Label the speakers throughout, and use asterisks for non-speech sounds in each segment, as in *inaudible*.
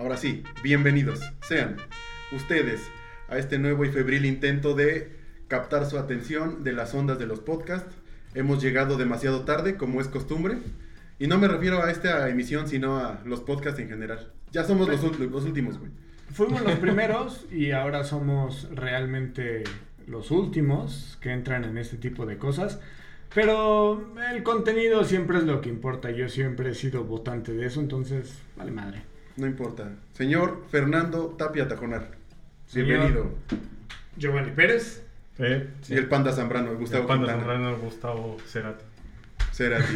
Speaker 1: Ahora sí, bienvenidos sean ustedes a este nuevo y febril intento de captar su atención de las ondas de los podcasts. Hemos llegado demasiado tarde, como es costumbre, y no me refiero a esta emisión, sino a los podcasts en general. Ya somos los, ul- los últimos, güey.
Speaker 2: Fuimos los primeros y ahora somos realmente los últimos que entran en este tipo de cosas. Pero el contenido siempre es lo que importa. Yo siempre he sido votante de eso, entonces vale madre.
Speaker 1: No importa. Señor Fernando Tapia Tajonar,
Speaker 2: Señor.
Speaker 1: bienvenido.
Speaker 2: Giovanni Pérez.
Speaker 3: Eh,
Speaker 1: Y el Panda Zambrano, Gustavo
Speaker 3: el Panda
Speaker 1: Quintana.
Speaker 3: Zambrano, Gustavo Cerati.
Speaker 1: Será a ti.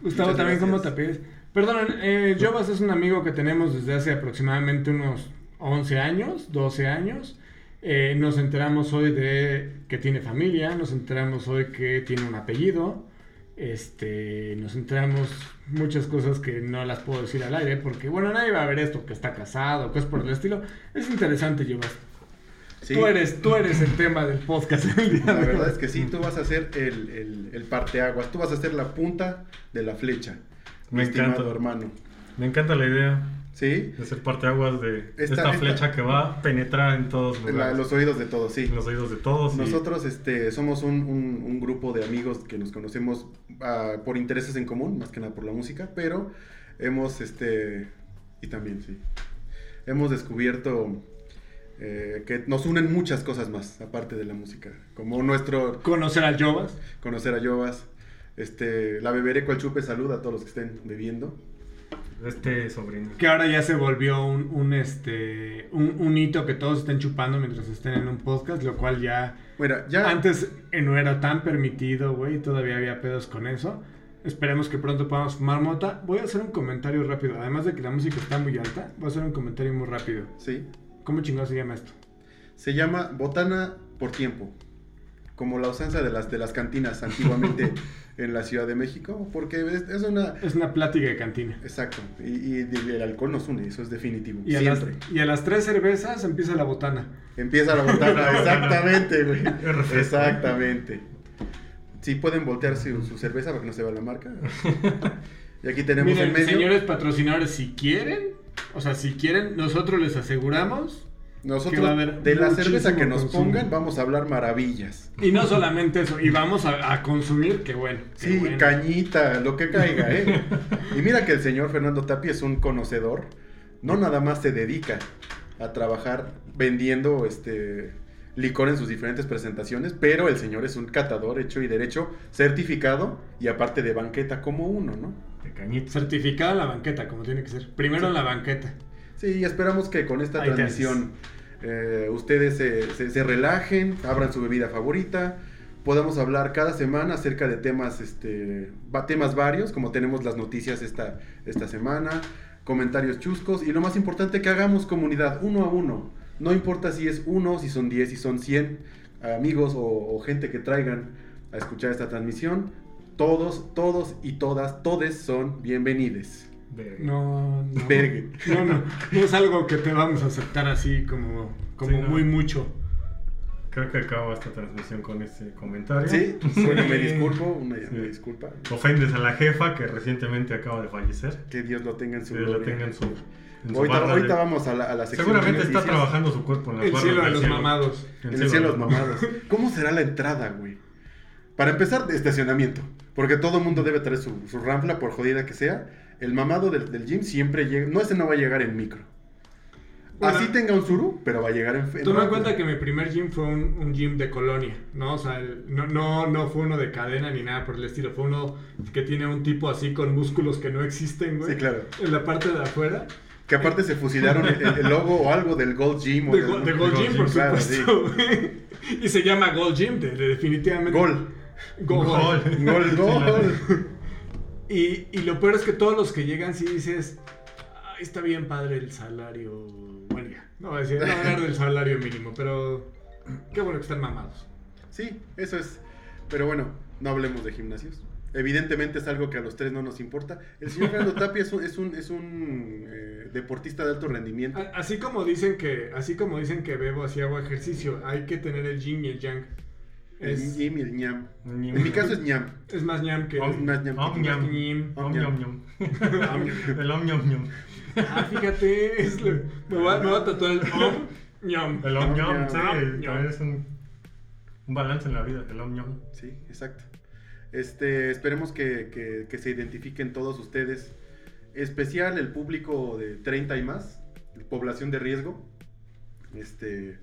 Speaker 2: Gustavo
Speaker 1: Muchas
Speaker 2: también como
Speaker 1: gracias.
Speaker 2: tapiz. Perdón, eh, Jovas es un amigo que tenemos desde hace aproximadamente unos 11 años, 12 años. Eh, nos enteramos hoy de que tiene familia, nos enteramos hoy que tiene un apellido. Este, nos enteramos muchas cosas que no las puedo decir al aire porque, bueno, nadie va a ver esto, que está casado, cosas por el estilo. Es interesante, Jovas.
Speaker 1: Sí.
Speaker 2: Tú, eres, tú eres el tema del podcast el día
Speaker 3: *laughs*
Speaker 1: La
Speaker 2: de
Speaker 1: verdad
Speaker 2: hoy.
Speaker 1: es que sí, tú vas a ser el, el, el parteaguas, tú vas a ser la punta de la flecha, mi
Speaker 3: Me encanta.
Speaker 1: estimado hermano.
Speaker 3: Me encanta la idea
Speaker 1: ¿Sí?
Speaker 3: de ser parteaguas de
Speaker 1: Esta-
Speaker 3: esta,
Speaker 1: esta-
Speaker 3: flecha que va a penetrar en todos
Speaker 1: La-
Speaker 3: lugares,
Speaker 1: los oídos de todos, sí.
Speaker 3: en los oídos de todos. y-
Speaker 1: Nosotros este, somos un, un- un grupo de amigos que nos conocemos ah, por intereses en común, más que nada por la música, pero hemos, este, y también, sí, hemos descubierto eh, que nos unen muchas cosas más, aparte de la música, como nuestro
Speaker 2: Conocer a Jovas.
Speaker 1: conocer a Yovas, este, la beberé cual chupe saluda a todos los que estén bebiendo.
Speaker 3: Este sobrino.
Speaker 2: Que ahora ya se volvió un, un, este, un, un hito que todos estén chupando mientras estén en un podcast, lo cual ya,
Speaker 1: Mira, ya
Speaker 2: antes eh, no era tan permitido, güey, todavía había pedos con eso. Esperemos que pronto podamos fumar mota. Voy a hacer un comentario rápido, además de que la música está muy alta, voy a hacer un comentario muy rápido.
Speaker 1: sí,
Speaker 2: ¿Cómo chingado se llama esto?
Speaker 1: se llama botana por tiempo, como la usanza de las de las cantinas
Speaker 2: *laughs*
Speaker 1: antiguamente en la Ciudad de México, porque es, es una
Speaker 2: Es una plática de cantina.
Speaker 1: exacto y, y de- el alcohol nos une, eso es definitivo.
Speaker 2: Y a, las,
Speaker 1: siempre
Speaker 2: y a las tres cervezas empieza la botana.
Speaker 1: empieza la
Speaker 2: *laughs*
Speaker 1: botana, exactamente, güey,
Speaker 3: Es refresco.
Speaker 1: exactamente. Si pueden voltear su, su cerveza para que no se vea la
Speaker 2: *laughs*
Speaker 1: marca. Y aquí tenemos
Speaker 2: Miren,
Speaker 1: en medio.
Speaker 2: señores patrocinadores, si quieren, o sea, si quieren, nosotros les aseguramos que
Speaker 1: Nosotros,
Speaker 2: va a haber
Speaker 1: de la
Speaker 2: muchísimo
Speaker 1: cerveza que nos
Speaker 2: consumo.
Speaker 1: pongan, vamos a hablar maravillas.
Speaker 2: Y no solamente eso, y vamos a, a consumir, que bueno. qué
Speaker 1: Sí,
Speaker 2: bueno.
Speaker 1: cañita, lo que caiga,
Speaker 2: *laughs*
Speaker 1: ¿eh? y mira que el señor Fernando Tapia es un conocedor. No nada más se dedica a trabajar vendiendo este licor en sus diferentes presentaciones, pero el señor es un catador hecho y derecho, certificado y aparte de banqueta como uno, ¿no?
Speaker 3: De cañita.
Speaker 2: Certificado en la banqueta, como tiene que ser. Primero en la banqueta.
Speaker 1: Sí, y esperamos que con esta
Speaker 2: Ahí te
Speaker 1: transmisión eh, ustedes se, se- se relajen, abran su bebida favorita, podamos hablar cada semana acerca de temas, este, va- temas varios, como tenemos las noticias esta, esta semana, comentarios chuscos y lo más importante que hagamos comunidad uno a uno. No importa si es uno, si son 10, si son 100 amigos o, o gente que traigan a escuchar esta transmisión. Todos, todos y todas, todes son bienvenides.
Speaker 3: Verga.
Speaker 2: No, no.
Speaker 1: Vergue.
Speaker 2: No, no. No es algo que te vamos a aceptar así como, como
Speaker 3: Sí, no.
Speaker 2: muy mucho.
Speaker 3: Creo que acabo esta transmisión con este comentario.
Speaker 1: Sí, bueno, me disculpo, una,
Speaker 3: Sí.
Speaker 1: me disculpa.
Speaker 3: Ofendes a la jefa que recientemente acaba de fallecer.
Speaker 1: Que Dios lo tenga en su
Speaker 3: Que la
Speaker 1: gloria.
Speaker 3: tenga en su. en su
Speaker 1: ahorita
Speaker 3: barra
Speaker 1: ahorita
Speaker 3: de-
Speaker 1: vamos a la, a la sección
Speaker 3: Seguramente
Speaker 1: de
Speaker 3: está
Speaker 1: noticias.
Speaker 3: trabajando su cuerpo en las
Speaker 2: El
Speaker 3: barras
Speaker 2: cielo de
Speaker 3: del
Speaker 2: los
Speaker 3: cielo.
Speaker 2: mamados.
Speaker 1: En el cielo de los mamados. ¿Cómo será la entrada, güey? Para empezar, de estacionamiento. Porque todo mundo debe traer su, su rampla, por jodida que sea. El mamado del, del gym siempre llega. No, ese no va a llegar en micro.
Speaker 2: Bueno.
Speaker 1: Así tenga un suru, pero va a llegar en. en
Speaker 2: Toma en
Speaker 1: rampla.
Speaker 2: cuenta que mi primer gym fue un, un gym de colonia, ¿no? O sea, el- no, no, no fue uno de cadena ni nada por el estilo. Fue uno que tiene un tipo así con músculos que no existen, güey.
Speaker 1: Sí, claro.
Speaker 2: En la parte de afuera.
Speaker 1: Que aparte se fusilaron el, el logo o algo del Gold Gym. o
Speaker 2: De,
Speaker 1: del-
Speaker 2: Go- de Gold Gym, por
Speaker 1: claro, sí.
Speaker 2: supuesto. *laughs* güey. Y se llama Gold Gym, de- de- definitivamente.
Speaker 1: Gol.
Speaker 2: Gol.
Speaker 3: Gol.
Speaker 1: Gol, gol.
Speaker 2: Y, y lo peor es que todos los que llegan sí dices, "Ay, está bien padre el salario. Bueno, ya. No voy a decir, no voy a hablar del salario mínimo, pero qué bueno que están mamados.
Speaker 1: Sí, eso es. Pero bueno, no hablemos de gimnasios. Evidentemente es algo que a los tres no nos importa. El señor Fernando Tapia es un, es un, es un, eh, deportista de alto rendimiento.
Speaker 2: A- Así como dicen que, así como dicen que bebo, así hago ejercicio, hay que tener el yin y el yang.
Speaker 1: El
Speaker 2: Es-
Speaker 1: ñim y el ñam.
Speaker 3: Ñam.
Speaker 1: En mi caso es ñam.
Speaker 2: Es más ñam
Speaker 3: Oh,
Speaker 2: que.
Speaker 1: Om. Más ñam.
Speaker 3: Om ñam.
Speaker 2: Ñim.
Speaker 1: Om
Speaker 3: Om
Speaker 1: ñam.
Speaker 3: ñam ñam. *laughs* El om ñam ñam.
Speaker 2: *laughs* Ah, fíjate, es lo- me, voy a, me voy a tatuar el om ñam.
Speaker 3: El om
Speaker 1: Om
Speaker 3: ñam,
Speaker 1: ñam.
Speaker 3: sí,
Speaker 2: Om ñam.
Speaker 3: también es un, un balance en la vida, el om ñam.
Speaker 1: Sí, exacto. Este, esperemos que, que- que se identifiquen todos ustedes, especial el público de 30 y más, población de riesgo. Este,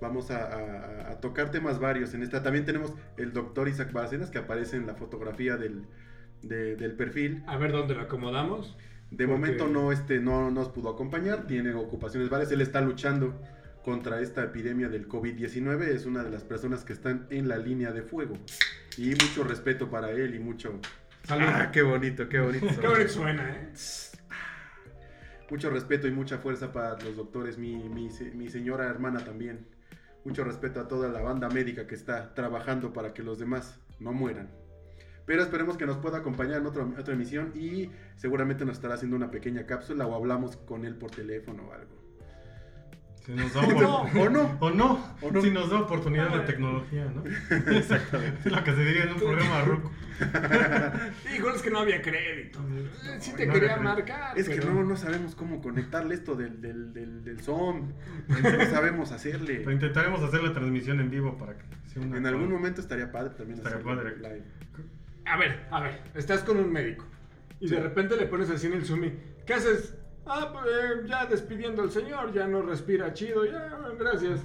Speaker 1: vamos a, a- a tocar temas varios. En esta también tenemos el doctor Isaac Bárcenas que aparece en la fotografía del, de- del perfil.
Speaker 2: A ver dónde lo acomodamos.
Speaker 1: De
Speaker 2: Ok.
Speaker 1: momento no, este, no nos pudo acompañar, tiene ocupaciones varias, él está luchando contra esta epidemia del COVID-19, es una de las personas que están en la línea de fuego. Y mucho respeto para él y mucho...
Speaker 2: Salud.
Speaker 1: Ah, qué bonito, *laughs* qué bonito.
Speaker 2: Qué bonito suena, ¿eh?
Speaker 1: Mucho respeto y mucha fuerza para los doctores, mi, mi se- mi señora hermana también. Mucho respeto a toda la banda médica que está trabajando para que los demás no mueran. Pero esperemos que nos pueda acompañar en otra, otra emisión y seguramente nos estará haciendo una pequeña cápsula o hablamos con él por teléfono o algo. *laughs*
Speaker 3: Si nos da
Speaker 1: O no,
Speaker 3: opor-
Speaker 1: o no.
Speaker 3: O no,
Speaker 1: O no.
Speaker 3: si nos da oportunidad de tecnología,
Speaker 1: *laughs*
Speaker 3: ¿no? Exactamente. Lo que se diría en un programa roco.
Speaker 2: Igual es que no había crédito. Sí te
Speaker 3: no
Speaker 2: quería
Speaker 3: había crédito.
Speaker 2: marcar.
Speaker 1: Es que
Speaker 2: pero-
Speaker 1: no, no sabemos cómo conectarle esto del, del, del, del
Speaker 3: *laughs*
Speaker 1: Zoom. No sabemos hacerle.
Speaker 3: Pero intentaremos hacer la transmisión en vivo para que sea una.
Speaker 1: En algún momento estaría padre también
Speaker 3: Estaría
Speaker 1: hacerlo
Speaker 3: padre.
Speaker 1: live.
Speaker 2: A ver, a ver, estás con un médico y de repente le pones así en el zoom y, ¿qué haces? Ah, pues eh, ya despidiendo al señor, ya no respira chido, ya, gracias.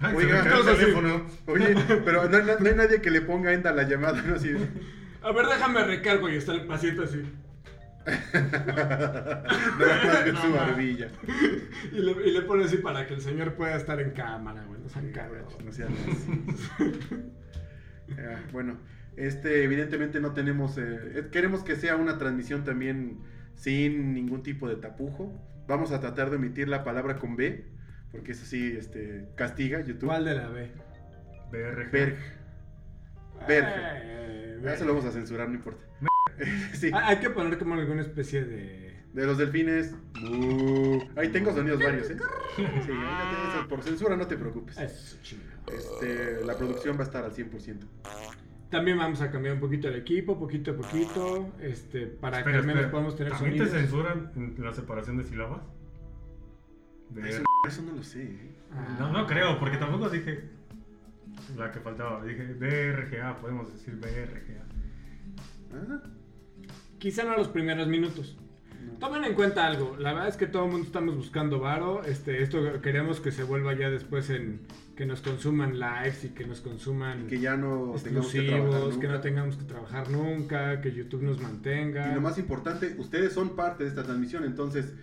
Speaker 3: Ay,
Speaker 1: Oiga,
Speaker 3: se me cayó
Speaker 2: entonces
Speaker 3: el
Speaker 2: sí.
Speaker 3: teléfono.
Speaker 1: Oye, pero no, no- no hay nadie que le ponga enda a la llamada, *laughs* ¿no? Así de-
Speaker 2: A ver, déjame recargo y está el paciente así.
Speaker 1: Nada más ver su
Speaker 2: No, ma.
Speaker 1: barbilla.
Speaker 2: Y le, y le pone así para que el señor pueda estar en cámara, güey, no sean cabrones.
Speaker 1: No sean así. Ah, bueno, este evidentemente no tenemos... eh, queremos que sea una transmisión también sin ningún tipo de tapujo. Vamos a tratar de omitir la palabra con B, porque eso sí este, castiga YouTube.
Speaker 2: ¿Cuál de la B?
Speaker 3: BRG.
Speaker 1: Berg. Verga.
Speaker 2: Eh,
Speaker 1: Ya se lo vamos a censurar, no importa. Sí,
Speaker 2: Ah, Hay que poner como alguna especie de...
Speaker 1: de los delfines. mu. Ahí tengo sonidos varios, ¿eh? Sí, ahí ya tienes el- por censura, no te preocupes.
Speaker 2: Eso, chingado.
Speaker 1: Este, la producción va a estar al 100%.
Speaker 2: También vamos a cambiar un poquito el equipo, poquito a poquito, este, para que
Speaker 3: Espera,
Speaker 2: al menos
Speaker 3: espera.
Speaker 2: podamos tener
Speaker 3: ¿También te
Speaker 2: sonidos.
Speaker 3: censuran en la separación de sílabas? Ver-
Speaker 1: Eso, eso no lo sé. ¿eh?
Speaker 2: Ah.
Speaker 3: No, no creo, porque tampoco dije la que faltaba. Dije BRGA, podemos decir BRGA.
Speaker 1: Ah,
Speaker 2: Quizá no los primeros minutos.
Speaker 1: no.
Speaker 2: Tomen en cuenta algo, la verdad es que todo el mundo estamos buscando varo, este, esto queremos que se vuelva ya después en que nos consuman lives y que nos consuman
Speaker 1: Que ya no tengamos que trabajar.
Speaker 2: exclusivos, que, no
Speaker 1: nunca.
Speaker 2: tengamos que trabajar nunca, que YouTube nos mantenga.
Speaker 1: Y lo más importante, ustedes son parte de esta transmisión, entonces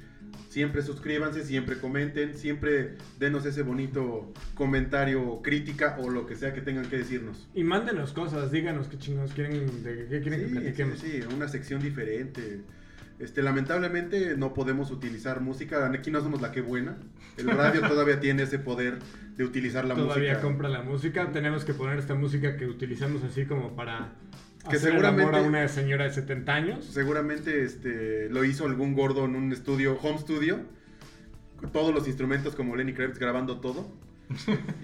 Speaker 1: siempre suscríbanse, siempre comenten, siempre denos ese bonito comentario, crítica o lo que sea que tengan que decirnos.
Speaker 2: Y mándenos cosas, díganos qué chingados quieren, de qué quieren que
Speaker 1: Sí,
Speaker 2: platiquemos.
Speaker 1: sí, sí, una sección diferente. Este, lamentablemente no podemos utilizar música, aquí no somos la que buena. El
Speaker 2: *laughs*
Speaker 1: radio todavía tiene ese poder de utilizar la
Speaker 2: Todavía
Speaker 1: música.
Speaker 2: compra la música, tenemos que poner esta música que utilizamos así como para
Speaker 1: Que
Speaker 2: hacer el amor
Speaker 1: seguramente-
Speaker 2: a una señora de 70 años.
Speaker 1: Seguramente este, lo hizo algún gordo en un estudio, home studio. con Todos los instrumentos como Lenny Kravitz grabando todo.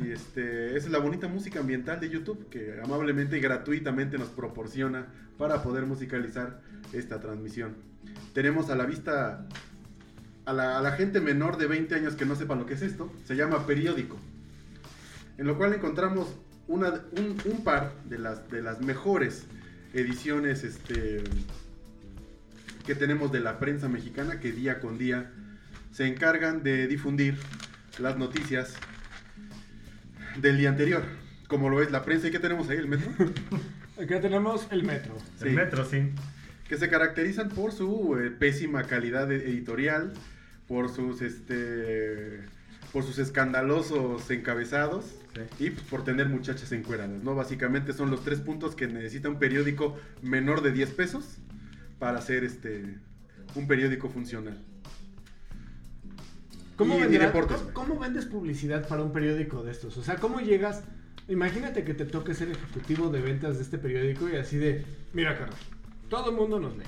Speaker 1: Y este, esa es la bonita música ambiental de YouTube que amablemente y gratuitamente nos proporciona para poder musicalizar esta transmisión. Tenemos a la vista a la, a la gente menor de 20 años que no sepa lo que es esto. Se llama periódico. En lo cual encontramos una, un, un par de las, de las mejores ediciones este, que tenemos de la prensa mexicana que día con día se encargan de difundir las noticias del día anterior. Como lo es la prensa, ¿y qué tenemos ahí? El metro.
Speaker 2: Acá tenemos el metro.
Speaker 1: Sí.
Speaker 3: El metro, sí.
Speaker 1: que se caracterizan por su eh, pésima calidad de- editorial, por sus, este, por sus escandalosos encabezados.
Speaker 3: Sí.
Speaker 1: Y pues, por tener muchachas encueradas, ¿no? Básicamente son los tres puntos que necesita un periódico menor de 10 pesos para ser este un periódico funcional.
Speaker 2: ¿Cómo,
Speaker 1: Y- y
Speaker 2: vendrá-
Speaker 1: deportes,
Speaker 2: ¿cómo,
Speaker 1: güey.
Speaker 2: cómo vendes publicidad para un periódico de estos? O sea, ¿cómo llegas? Imagínate que te toque ser ejecutivo de ventas de este periódico y así de, mira, Carlos, todo el mundo nos lee.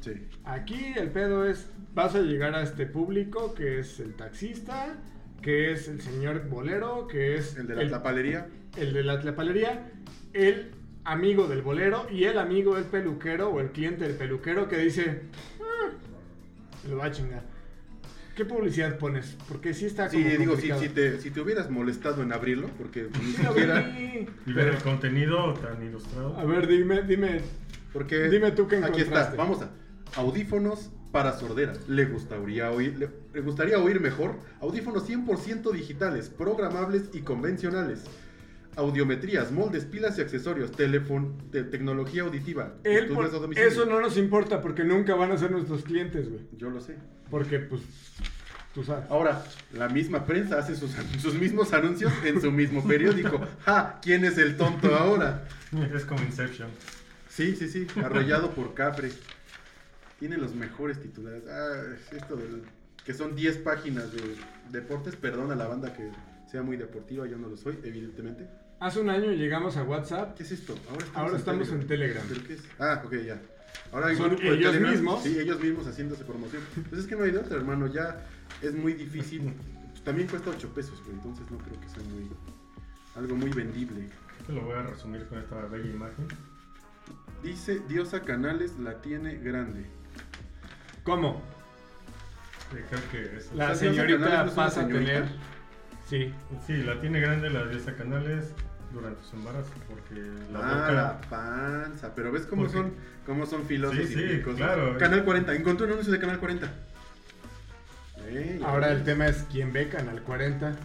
Speaker 1: Sí.
Speaker 2: Aquí el pedo es, vas a llegar a este público que es el taxista, que es el señor bolero, que es
Speaker 1: El de la tapalería.
Speaker 2: el de la tlapalería, el amigo del bolero y el amigo del peluquero o el cliente del peluquero que dice, "Ah, lo va a chingar. ¿Qué publicidad pones? Porque sí está
Speaker 1: Sí,
Speaker 2: como
Speaker 1: digo, si,
Speaker 2: complicado.
Speaker 1: si te, si te hubieras molestado en abrirlo, porque
Speaker 2: *laughs*
Speaker 1: ni
Speaker 2: Sí, lo
Speaker 1: siquiera...
Speaker 2: vi.
Speaker 3: Y ver el contenido tan ilustrado.
Speaker 2: A ver, dime, dime.
Speaker 1: Porque
Speaker 2: Dime tú qué
Speaker 1: aquí está,
Speaker 2: encontraste.
Speaker 1: vamos a audífonos para sorderas. Le gustaría oír, le, le gustaría oír mejor audífonos 100% digitales, programables y convencionales. Audiometrías, moldes, pilas y accesorios, teléfono, te- tecnología auditiva.
Speaker 2: Él
Speaker 1: estudios
Speaker 2: por-
Speaker 1: a domicilio.
Speaker 2: eso no nos importa porque nunca van a ser nuestros clientes, güey.
Speaker 1: Yo lo sé.
Speaker 2: Porque, pues, tú sabes.
Speaker 1: Ahora, la misma prensa hace sus, *laughs* sus mismos anuncios en su mismo periódico.
Speaker 2: *laughs*
Speaker 1: ¡Ja! ¿Quién es el tonto ahora?
Speaker 3: Es como Inception.
Speaker 1: Sí, sí, sí, arrollado por Capre. Tiene los mejores titulares. Ah, esto del. que son 10 páginas de deportes. Perdón a la banda que sea muy deportiva, yo no lo soy, evidentemente.
Speaker 2: Hace un año llegamos a WhatsApp.
Speaker 1: ¿Qué es esto?
Speaker 2: Ahora estamos en Telegram.
Speaker 1: ¿Pero qué es? Ah, ok, ya. Ahora hay
Speaker 2: Son
Speaker 1: grupo de
Speaker 2: ellos
Speaker 1: Telegram.
Speaker 2: mismos.
Speaker 1: Sí, ellos mismos haciéndose promoción. Pues es que no hay de otra, hermano. Ya es muy difícil. Pues También cuesta 8 pesos, pero entonces no creo que sea muy. algo muy vendible.
Speaker 3: Te lo voy a resumir con esta bella imagen.
Speaker 1: Dice Diosa Canales la tiene grande.
Speaker 2: ¿Cómo?
Speaker 3: Eh, Creo que es.
Speaker 2: La
Speaker 1: O sea, ¿no es
Speaker 2: señorita
Speaker 1: una
Speaker 2: pasa a
Speaker 1: señorita?
Speaker 2: tener. Sí.
Speaker 3: Sí, la tiene grande la diosa Canales durante su embarazo porque la
Speaker 1: ah,
Speaker 3: boca.
Speaker 1: la panza. Pero ves cómo
Speaker 3: Porque-
Speaker 1: son, cómo son filosos
Speaker 3: Sí,
Speaker 1: y
Speaker 3: sí,
Speaker 1: cosas.
Speaker 3: claro.
Speaker 1: Canal 40, encontré un anuncio de Canal 40. Ey,
Speaker 2: Ahora
Speaker 1: ey.
Speaker 2: el tema es quién ve Canal 40.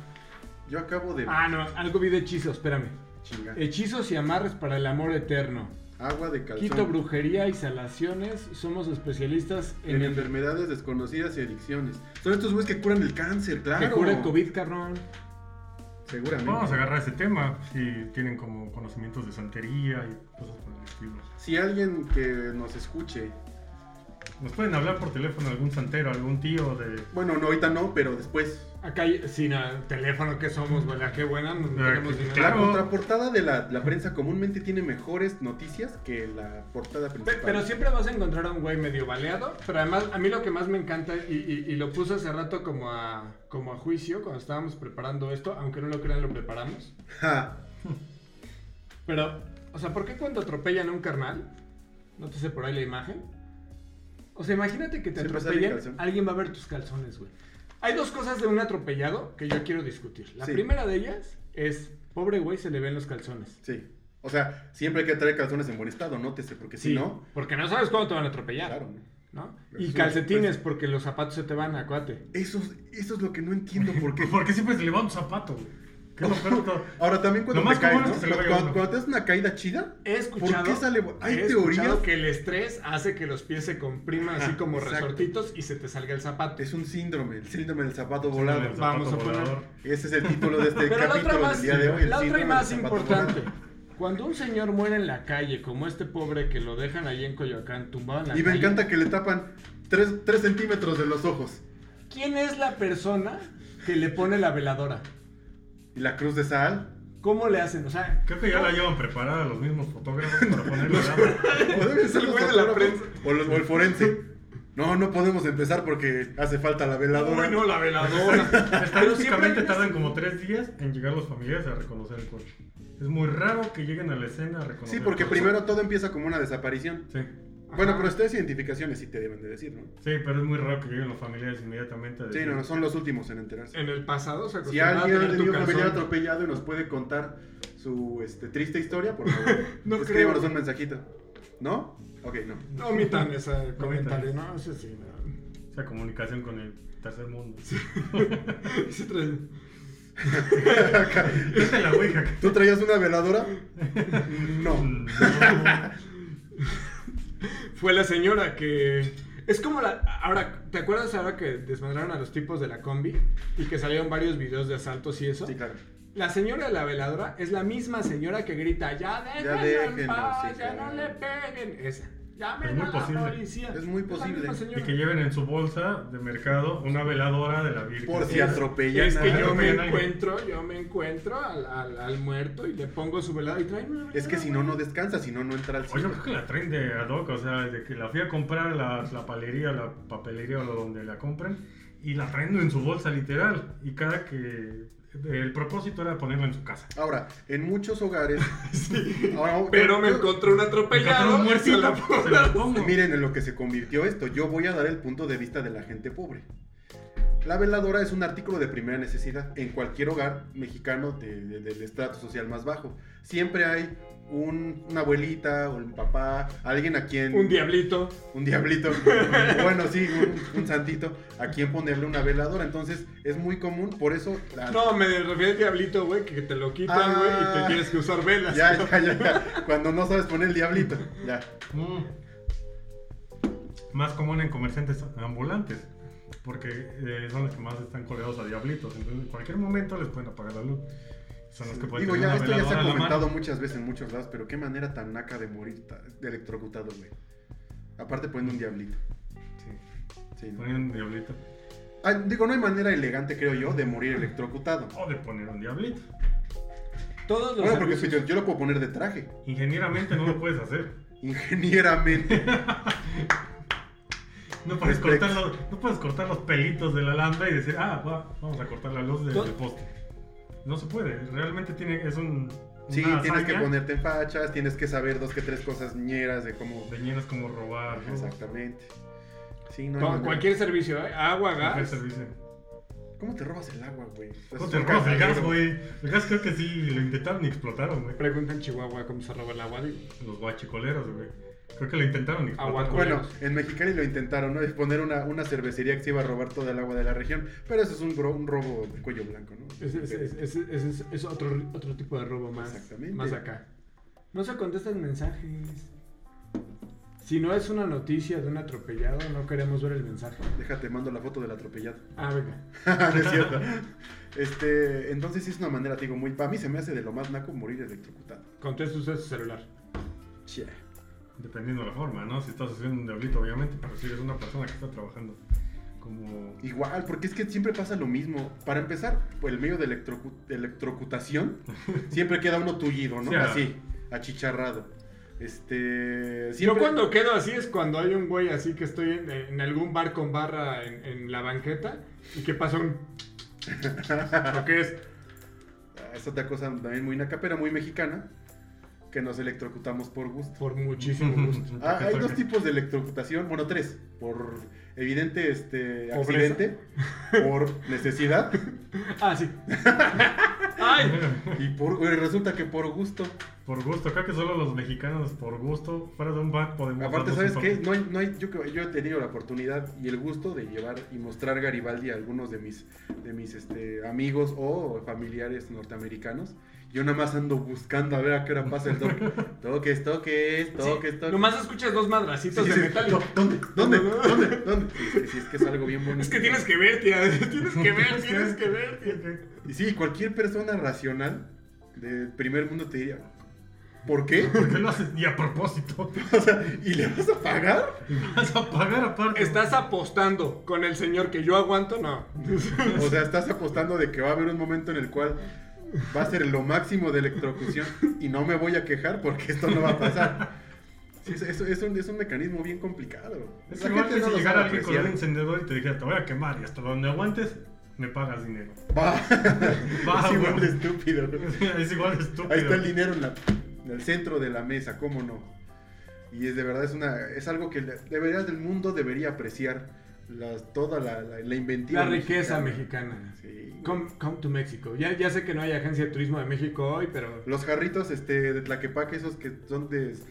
Speaker 1: Yo acabo de
Speaker 2: Ah, no, algo vi de hechizos, espérame.
Speaker 1: chingar.
Speaker 2: Hechizos y amarres para el amor eterno.
Speaker 1: Agua de calzón.
Speaker 2: Quito brujería y salaciones. Somos especialistas
Speaker 1: En
Speaker 2: en, el
Speaker 1: enfermedades desconocidas y adicciones. Son estos güeyes que curan el cáncer, claro.
Speaker 2: que cura el COVID, cabrón.
Speaker 1: Seguramente.
Speaker 3: Vamos a agarrar ese tema si tienen como conocimientos de santería y cosas por el estilo.
Speaker 1: Si alguien que nos escuche,
Speaker 3: Nos pueden hablar por teléfono algún santero, algún tío de.
Speaker 1: bueno, no ahorita no, pero después.
Speaker 2: Acá, hay- sin el teléfono que somos, ¿verdad? Qué buena, no
Speaker 3: Ah,
Speaker 2: tenemos dinero.
Speaker 1: La
Speaker 3: Claro.
Speaker 1: contraportada de la, la prensa comúnmente tiene mejores noticias que la portada
Speaker 2: Pe-
Speaker 1: principal.
Speaker 2: Pero siempre vas a encontrar a un güey medio baleado. Pero además, a mí lo que más me encanta, y, y- y lo puse hace rato como a, como a juicio cuando estábamos preparando esto, aunque no lo crean, lo preparamos.
Speaker 1: Ja.
Speaker 2: Pero, o sea, ¿por qué cuando atropellan a un carnal? No te sé por ahí la imagen. O sea, imagínate que te
Speaker 1: Siempre sale
Speaker 2: atropellan,
Speaker 1: calzón.
Speaker 2: alguien va a ver tus calzones, güey. Hay dos cosas de un atropellado que yo quiero discutir. La
Speaker 1: Sí.
Speaker 2: primera de ellas es, pobre güey, se le ven los calzones.
Speaker 1: Sí. O sea, siempre hay que traer calzones en buen estado, nótese, porque si no,
Speaker 2: Porque no sabes cuándo te van a atropellar.
Speaker 1: claro. ¿no?
Speaker 2: ¿no?
Speaker 1: Pero
Speaker 2: Y
Speaker 1: sí, pues,
Speaker 2: calcetines, porque los zapatos se te van a cuate.
Speaker 1: Eso, es- eso es lo que no
Speaker 2: *laughs*
Speaker 1: entiendo por qué.
Speaker 3: ¿Por qué siempre se le va un zapato? güey? ¿Qué es lo peor de todo?
Speaker 1: Ahora también cuando
Speaker 3: Lo más
Speaker 1: te caes,
Speaker 3: común es
Speaker 1: ¿no?
Speaker 3: que se le vaya
Speaker 1: cuando,
Speaker 3: uno.
Speaker 1: cuando te das una caída chida,
Speaker 2: He escuchado,
Speaker 1: qué sale bo- hay
Speaker 2: he escuchado
Speaker 1: teorías?
Speaker 2: que el estrés hace que los pies se compriman así
Speaker 1: Ajá,
Speaker 2: como
Speaker 1: exacto.
Speaker 2: resortitos y se te salga el zapato.
Speaker 1: es un síndrome, el síndrome del zapato
Speaker 3: Síndrome
Speaker 1: volado.
Speaker 3: del
Speaker 2: Vamos a
Speaker 3: zapato
Speaker 2: poner-
Speaker 3: volador.
Speaker 1: Ese es el título de este
Speaker 2: *laughs* Pero la otra
Speaker 1: capítulo del
Speaker 2: más,
Speaker 1: día de hoy. el
Speaker 2: la otra y
Speaker 1: síndrome
Speaker 2: más
Speaker 1: del zapato
Speaker 2: importante.
Speaker 1: volado.
Speaker 2: Cuando un señor muere en la calle, como este pobre que lo dejan ahí en Coyoacán, tumbado en la
Speaker 1: Y me
Speaker 2: calle,
Speaker 1: encanta que le tapan 3, centímetros de los ojos.
Speaker 2: ¿quién es la persona que le pone la veladora?
Speaker 1: Y la cruz de
Speaker 2: *laughs*
Speaker 1: sal.
Speaker 2: ¿Cómo le hacen? O sea,
Speaker 3: Creo que ya la llevan preparada los mismos fotógrafos
Speaker 2: *laughs*
Speaker 3: para ponerle la-
Speaker 1: O deben ser
Speaker 2: El
Speaker 1: los
Speaker 2: güey de la
Speaker 1: fotógrafos,
Speaker 2: prensa.
Speaker 1: O, los- o el
Speaker 2: *laughs*
Speaker 1: forense. No, no podemos empezar porque hace falta la veladora.
Speaker 2: bueno,
Speaker 1: *laughs*
Speaker 2: la veladora. Pero siempre
Speaker 3: Estadísticamente tardan como tres días en llegar los familiares a reconocer el coche. Es muy raro que lleguen a la escena a reconocer.
Speaker 1: Sí,
Speaker 3: el
Speaker 1: porque
Speaker 3: coche.
Speaker 1: primero todo empieza como una desaparición.
Speaker 3: Sí.
Speaker 1: Bueno,
Speaker 2: Ajá.
Speaker 1: pero estas identificaciones sí te deben de decir, ¿no?
Speaker 3: Sí, pero es muy raro que lleguen los familiares inmediatamente. a
Speaker 1: Sí,
Speaker 3: decir-
Speaker 1: no, no, son los últimos en enterarse.
Speaker 2: En el pasado se
Speaker 1: Si
Speaker 2: acostumbraba
Speaker 1: alguien
Speaker 2: a
Speaker 1: ha
Speaker 2: tener tu
Speaker 1: tenido un familiar
Speaker 2: calzón.
Speaker 1: atropellado y nos puede contar su este, triste historia, por favor,
Speaker 2: No
Speaker 1: escríbanos
Speaker 2: creo.
Speaker 1: un mensajito. ¿No? Ok, no.
Speaker 2: No omitan ese comentario, ¿no? *laughs* Ese sí,
Speaker 3: O sea, comunicación con el tercer mundo. *laughs*
Speaker 2: no. Ese tres-
Speaker 3: Esa es la Ouija.
Speaker 1: ¿Tú traías una veladora?
Speaker 3: *laughs*
Speaker 1: *laughs* No.
Speaker 2: Fue la señora que... Es como la... Ahora, ¿te acuerdas ahora que desmadraron a los tipos de la combi? Y que salieron varios videos de asaltos y eso.
Speaker 1: Sí, claro.
Speaker 2: La señora de la veladora es la misma señora que grita, ya déjenlo en
Speaker 1: déjenlo,
Speaker 2: paz,
Speaker 1: sí,
Speaker 2: ya
Speaker 1: claro.
Speaker 2: no le peguen. Esa. Llamen
Speaker 3: Es muy
Speaker 2: a la
Speaker 3: posible.
Speaker 2: policía.
Speaker 1: Es muy
Speaker 2: la
Speaker 1: posible.
Speaker 2: misma
Speaker 3: Y
Speaker 2: señora.
Speaker 3: que lleven en su bolsa de mercado una veladora de la Virgen.
Speaker 1: Por si
Speaker 3: Sí.
Speaker 1: atropellan.
Speaker 2: Es que
Speaker 1: a
Speaker 2: yo me
Speaker 1: alguien.
Speaker 3: Atropellan a alguien.
Speaker 2: encuentro, yo me encuentro al, al- al muerto y le pongo su veladora y trae
Speaker 1: Es que si no, no
Speaker 2: *laughs*
Speaker 1: descansa, si no, no entra al
Speaker 3: Oye, Pues yo
Speaker 1: cine.
Speaker 3: creo que la traen de ad hoc, o sea, de que la fui a comprar a la, la palería, la papelería o lo donde la compren, y la traen en su bolsa literal. Y cada que... El propósito era ponerla en su casa.
Speaker 1: Ahora, en muchos hogares.
Speaker 4: Sí.
Speaker 1: Ahora,
Speaker 4: Pero me encontré un atropellado.
Speaker 3: Me encontré un
Speaker 4: y se la
Speaker 3: muertito,
Speaker 4: pongo.
Speaker 3: *laughs* se la pongo.
Speaker 1: Miren en lo que se convirtió esto. Yo voy a dar el punto de vista de la gente pobre. La veladora es un artículo de primera necesidad en cualquier hogar mexicano de- de- del estrato social más bajo. Siempre hay un- una abuelita o un papá, alguien a quien...
Speaker 2: Un diablito.
Speaker 1: un
Speaker 2: *laughs*
Speaker 1: diablito, bueno, sí, un, un santito, a quien ponerle una veladora. Entonces es muy común, por eso... la-
Speaker 2: No, me refiero al diablito, güey, que te lo quitan, güey, y
Speaker 1: Ah.
Speaker 2: te tienes que usar velas.
Speaker 1: Ya, ya, ya, ya. Cuando no sabes poner el diablito, ya.
Speaker 3: Mm. Más común en comerciantes ambulantes, porque eh, son los que más están colgados a diablitos. Entonces, en cualquier momento les pueden apagar la luz. Son los que pueden
Speaker 1: Digo,
Speaker 3: tener
Speaker 1: ya,
Speaker 3: una
Speaker 1: esto ya se
Speaker 3: veladora
Speaker 1: ha
Speaker 3: en la
Speaker 1: comentado
Speaker 3: mano.
Speaker 1: muchas veces en muchos lados, pero qué manera tan naca de morir ta- de electrocutado, güey. Aparte poniendo un diablito.
Speaker 3: Sí,
Speaker 1: Sí, ¿no?
Speaker 3: poner un diablito.
Speaker 1: Ah, digo, no hay manera elegante, creo yo, de morir electrocutado.
Speaker 3: O de poner un diablito.
Speaker 2: Todos los
Speaker 1: Bueno, porque
Speaker 2: servicios-
Speaker 1: yo, yo lo puedo poner de traje,
Speaker 3: Ingenieramente no lo puedes hacer. *laughs*
Speaker 1: ingenieramente.
Speaker 3: No puedes,
Speaker 1: Reflex.
Speaker 3: cortar los, no puedes cortar los pelitos de la lámpara y decir, ah, va, vamos a cortar la luz del,
Speaker 2: To-
Speaker 3: del poste. No se puede. Realmente tiene, es un.
Speaker 1: Sí,
Speaker 3: una
Speaker 1: tienes que
Speaker 3: hazaña
Speaker 1: ponerte en fachas, tienes que saber dos que tres cosas ñeras de cómo...
Speaker 3: De ñeras como robar. ¿no?
Speaker 1: Exactamente. Sí, no hay
Speaker 2: Con
Speaker 1: manera.
Speaker 2: cualquier servicio, ¿eh? agua,
Speaker 3: Mujer
Speaker 2: gas.
Speaker 3: servicio.
Speaker 1: ¿Cómo te robas el agua, güey?
Speaker 3: No te robas el gas, güey. El gas creo que sí lo intentaron y explotaron, güey.
Speaker 2: Pregunta en Chihuahua cómo se roba el agua. digo.
Speaker 3: Los guachicoleros, güey. Creo que lo intentaron y explotaron.
Speaker 2: Aguaco.
Speaker 1: Bueno, en Mexicali lo intentaron, ¿no? Es poner una, una cervecería que se iba a robar toda el agua de la región, pero eso es un, gro- un robo de cuello blanco, ¿no? Este,
Speaker 2: Ese ese- ese- ese- ese es, es otro, otro tipo de robo más,
Speaker 1: Exactamente.
Speaker 2: más acá. No se contestan mensajes. Si no es una noticia de un atropellado, no queremos ver el mensaje.
Speaker 1: Déjate, mando la foto del atropellado. *laughs*
Speaker 2: Ah, venga.
Speaker 1: no es cierto. Este, entonces sí es una manera, te digo, muy... Para mí se me hace de lo más naco morir electrocutado.
Speaker 2: Contesta usted su celular.
Speaker 1: Chía.
Speaker 3: Dependiendo de la forma, ¿no? Si estás haciendo un diablito, obviamente, pero si eres una persona que está trabajando como.
Speaker 1: Igual, porque es que siempre pasa lo mismo. Para empezar, pues, el medio de electrocu- de electrocutación, siempre queda uno tullido, ¿no?
Speaker 3: Sí, ah.
Speaker 1: Así, achicharrado. Este...
Speaker 2: Yo
Speaker 1: siempre-
Speaker 2: cuando quedo así es cuando hay un güey así que estoy en, en algún bar con barra en, en la banqueta y que pasa
Speaker 1: *laughs*
Speaker 2: un... Lo que es...
Speaker 1: Ah, Es otra cosa también muy naca, pero muy mexicana, que nos electrocutamos por gusto.
Speaker 2: Por muchísimo
Speaker 1: *laughs*
Speaker 2: gusto.
Speaker 1: Ah, hay dos tipos de electrocutación, bueno, tres. Por evidente este, *laughs*
Speaker 2: Pobreza.
Speaker 1: accidente, por necesidad *laughs*
Speaker 2: Ah, sí. ¡Ay!
Speaker 1: y por güey, resulta que por gusto.
Speaker 3: *laughs* Por gusto, creo que solo los mexicanos, por gusto, fuera de un bar podemos.
Speaker 1: Aparte,
Speaker 3: darnos un
Speaker 1: ¿sabes qué?
Speaker 3: toque.
Speaker 1: No hay, no hay, yo, creo- yo he tenido la oportunidad y el gusto de llevar y mostrar Garibaldi a algunos de mis, de mis este, amigos o familiares norteamericanos. Yo nada más ando buscando a ver a qué hora pasa *laughs* el toque. Toques, toques, toques, toques.
Speaker 2: Nomás escuchas dos madracitos
Speaker 1: Sí,
Speaker 2: de
Speaker 1: sí,
Speaker 2: metal. y-
Speaker 1: no, ¿Dónde? ¿Dónde? ¿Dónde? ¿Dónde? Sí, es que sí, es que es algo bien bonito.
Speaker 2: Es que tienes que ver, tía. *laughs* Tienes que ver, tienes que ver. tía.
Speaker 1: Y sí, cualquier persona racional del primer mundo te diría, ¿por qué?
Speaker 3: ¿Por qué lo haces? Y a propósito, *laughs*
Speaker 1: O sea, ¿y le vas a pagar?
Speaker 3: vas a pagar aparte.
Speaker 2: Estás apostando con el señor que yo aguanto, no.
Speaker 1: O sea, estás apostando de que va a haber un momento en el cual va a ser lo máximo de electrocución y no me voy a quejar porque esto no va a pasar. Sí, es, es- es un, es un mecanismo bien complicado.
Speaker 3: Es
Speaker 1: La
Speaker 3: igual
Speaker 1: gente
Speaker 3: que
Speaker 1: no
Speaker 3: si
Speaker 1: lo
Speaker 3: llegara
Speaker 1: sabe
Speaker 3: alguien con un
Speaker 1: apreciar.
Speaker 3: encendedor y te dijera, te voy a quemar y hasta donde aguantes, me
Speaker 1: *laughs*
Speaker 3: pagas dinero.
Speaker 1: Va.
Speaker 3: *laughs* Va,
Speaker 1: es igual
Speaker 3: güey.
Speaker 1: de estúpido.
Speaker 3: *laughs* es igual de estúpido.
Speaker 1: Ahí está el dinero en, la- en el centro de la mesa, cómo no. Y es de verdad, es, una, es algo que le- de verdad el mundo debería apreciar. las- toda la, la, la inventiva.
Speaker 2: La riqueza
Speaker 1: mexicana.
Speaker 2: mexicana.
Speaker 1: Sí.
Speaker 2: Come, come to México. Ya, ya sé que no hay agencia de turismo de México hoy, pero.
Speaker 1: Los jarritos este, de Tlaquepaque, esos que son de s-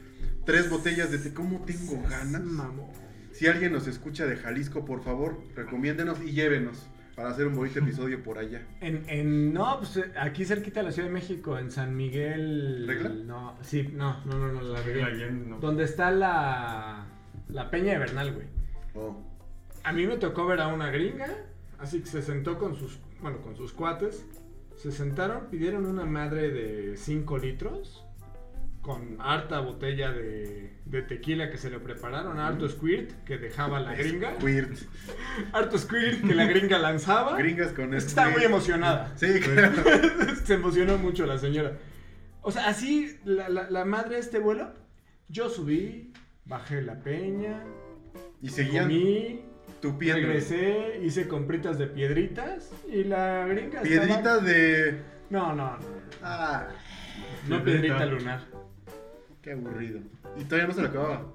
Speaker 1: tres botellas de té. ¿Cómo tengo ganas?
Speaker 2: Mamón.
Speaker 1: Si alguien nos escucha de Jalisco, por favor, recomiéndenos y llévenos para hacer un bonito episodio por allá.
Speaker 2: En, en- no, pues eh, aquí cerquita de la Ciudad de México, en San Miguel.
Speaker 1: ¿Regla?
Speaker 2: No, sí, no, no, no, no, la
Speaker 3: La
Speaker 2: Regla.
Speaker 3: yen, no.
Speaker 2: Donde está la. La Peña de Bernal, güey.
Speaker 1: Oh.
Speaker 2: A mí me tocó ver a una gringa, así que se sentó con sus, bueno, con sus cuates. Se sentaron, pidieron una madre de 5 litros, con harta botella de, de tequila que se le prepararon,
Speaker 1: Mm.
Speaker 2: harto squirt que dejaba la gringa,
Speaker 1: Weird.
Speaker 2: harto squirt que la gringa lanzaba.
Speaker 1: Gringas con
Speaker 2: Es que estaba muy
Speaker 1: squirt.
Speaker 2: emocionada. Pues,
Speaker 1: Sí, claro.
Speaker 2: *laughs* se emocionó mucho la señora. O sea, así la, la- la madre de este vuelo, yo subí, bajé la peña,
Speaker 1: Y seguían.
Speaker 2: comí,
Speaker 1: tupiendo.
Speaker 2: Regresé, hice compritas de piedritas y la gringa. estaba-
Speaker 1: Piedrita de.
Speaker 2: No, no, no.
Speaker 1: Ah,
Speaker 2: No
Speaker 3: Piedrita.
Speaker 2: piedrita lunar.
Speaker 1: qué aburrido. Y todavía no se lo acababa.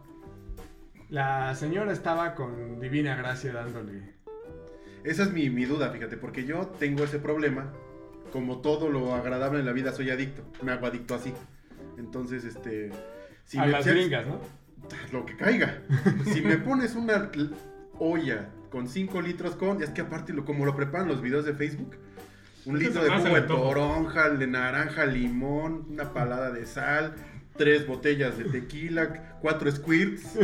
Speaker 2: La señora estaba con divina gracia dándole.
Speaker 1: Esa es mi, mi duda, fíjate, porque yo tengo ese problema. Como todo lo agradable en la vida, soy adicto. Me hago adicto así. Entonces, este. si
Speaker 2: a
Speaker 1: me-
Speaker 2: las
Speaker 1: si-
Speaker 2: gringas, ¿no?
Speaker 1: Lo que caiga. si me pones una cl- olla con 5 litros con. Es que aparte, lo, como lo preparan los videos de Facebook. Un
Speaker 3: Eso
Speaker 1: litro
Speaker 3: se
Speaker 1: de
Speaker 3: me hace
Speaker 1: jugo de
Speaker 3: el antojo.
Speaker 1: toronja, de naranja, limón, una palada de sal, tres botellas de tequila, cuatro squirts,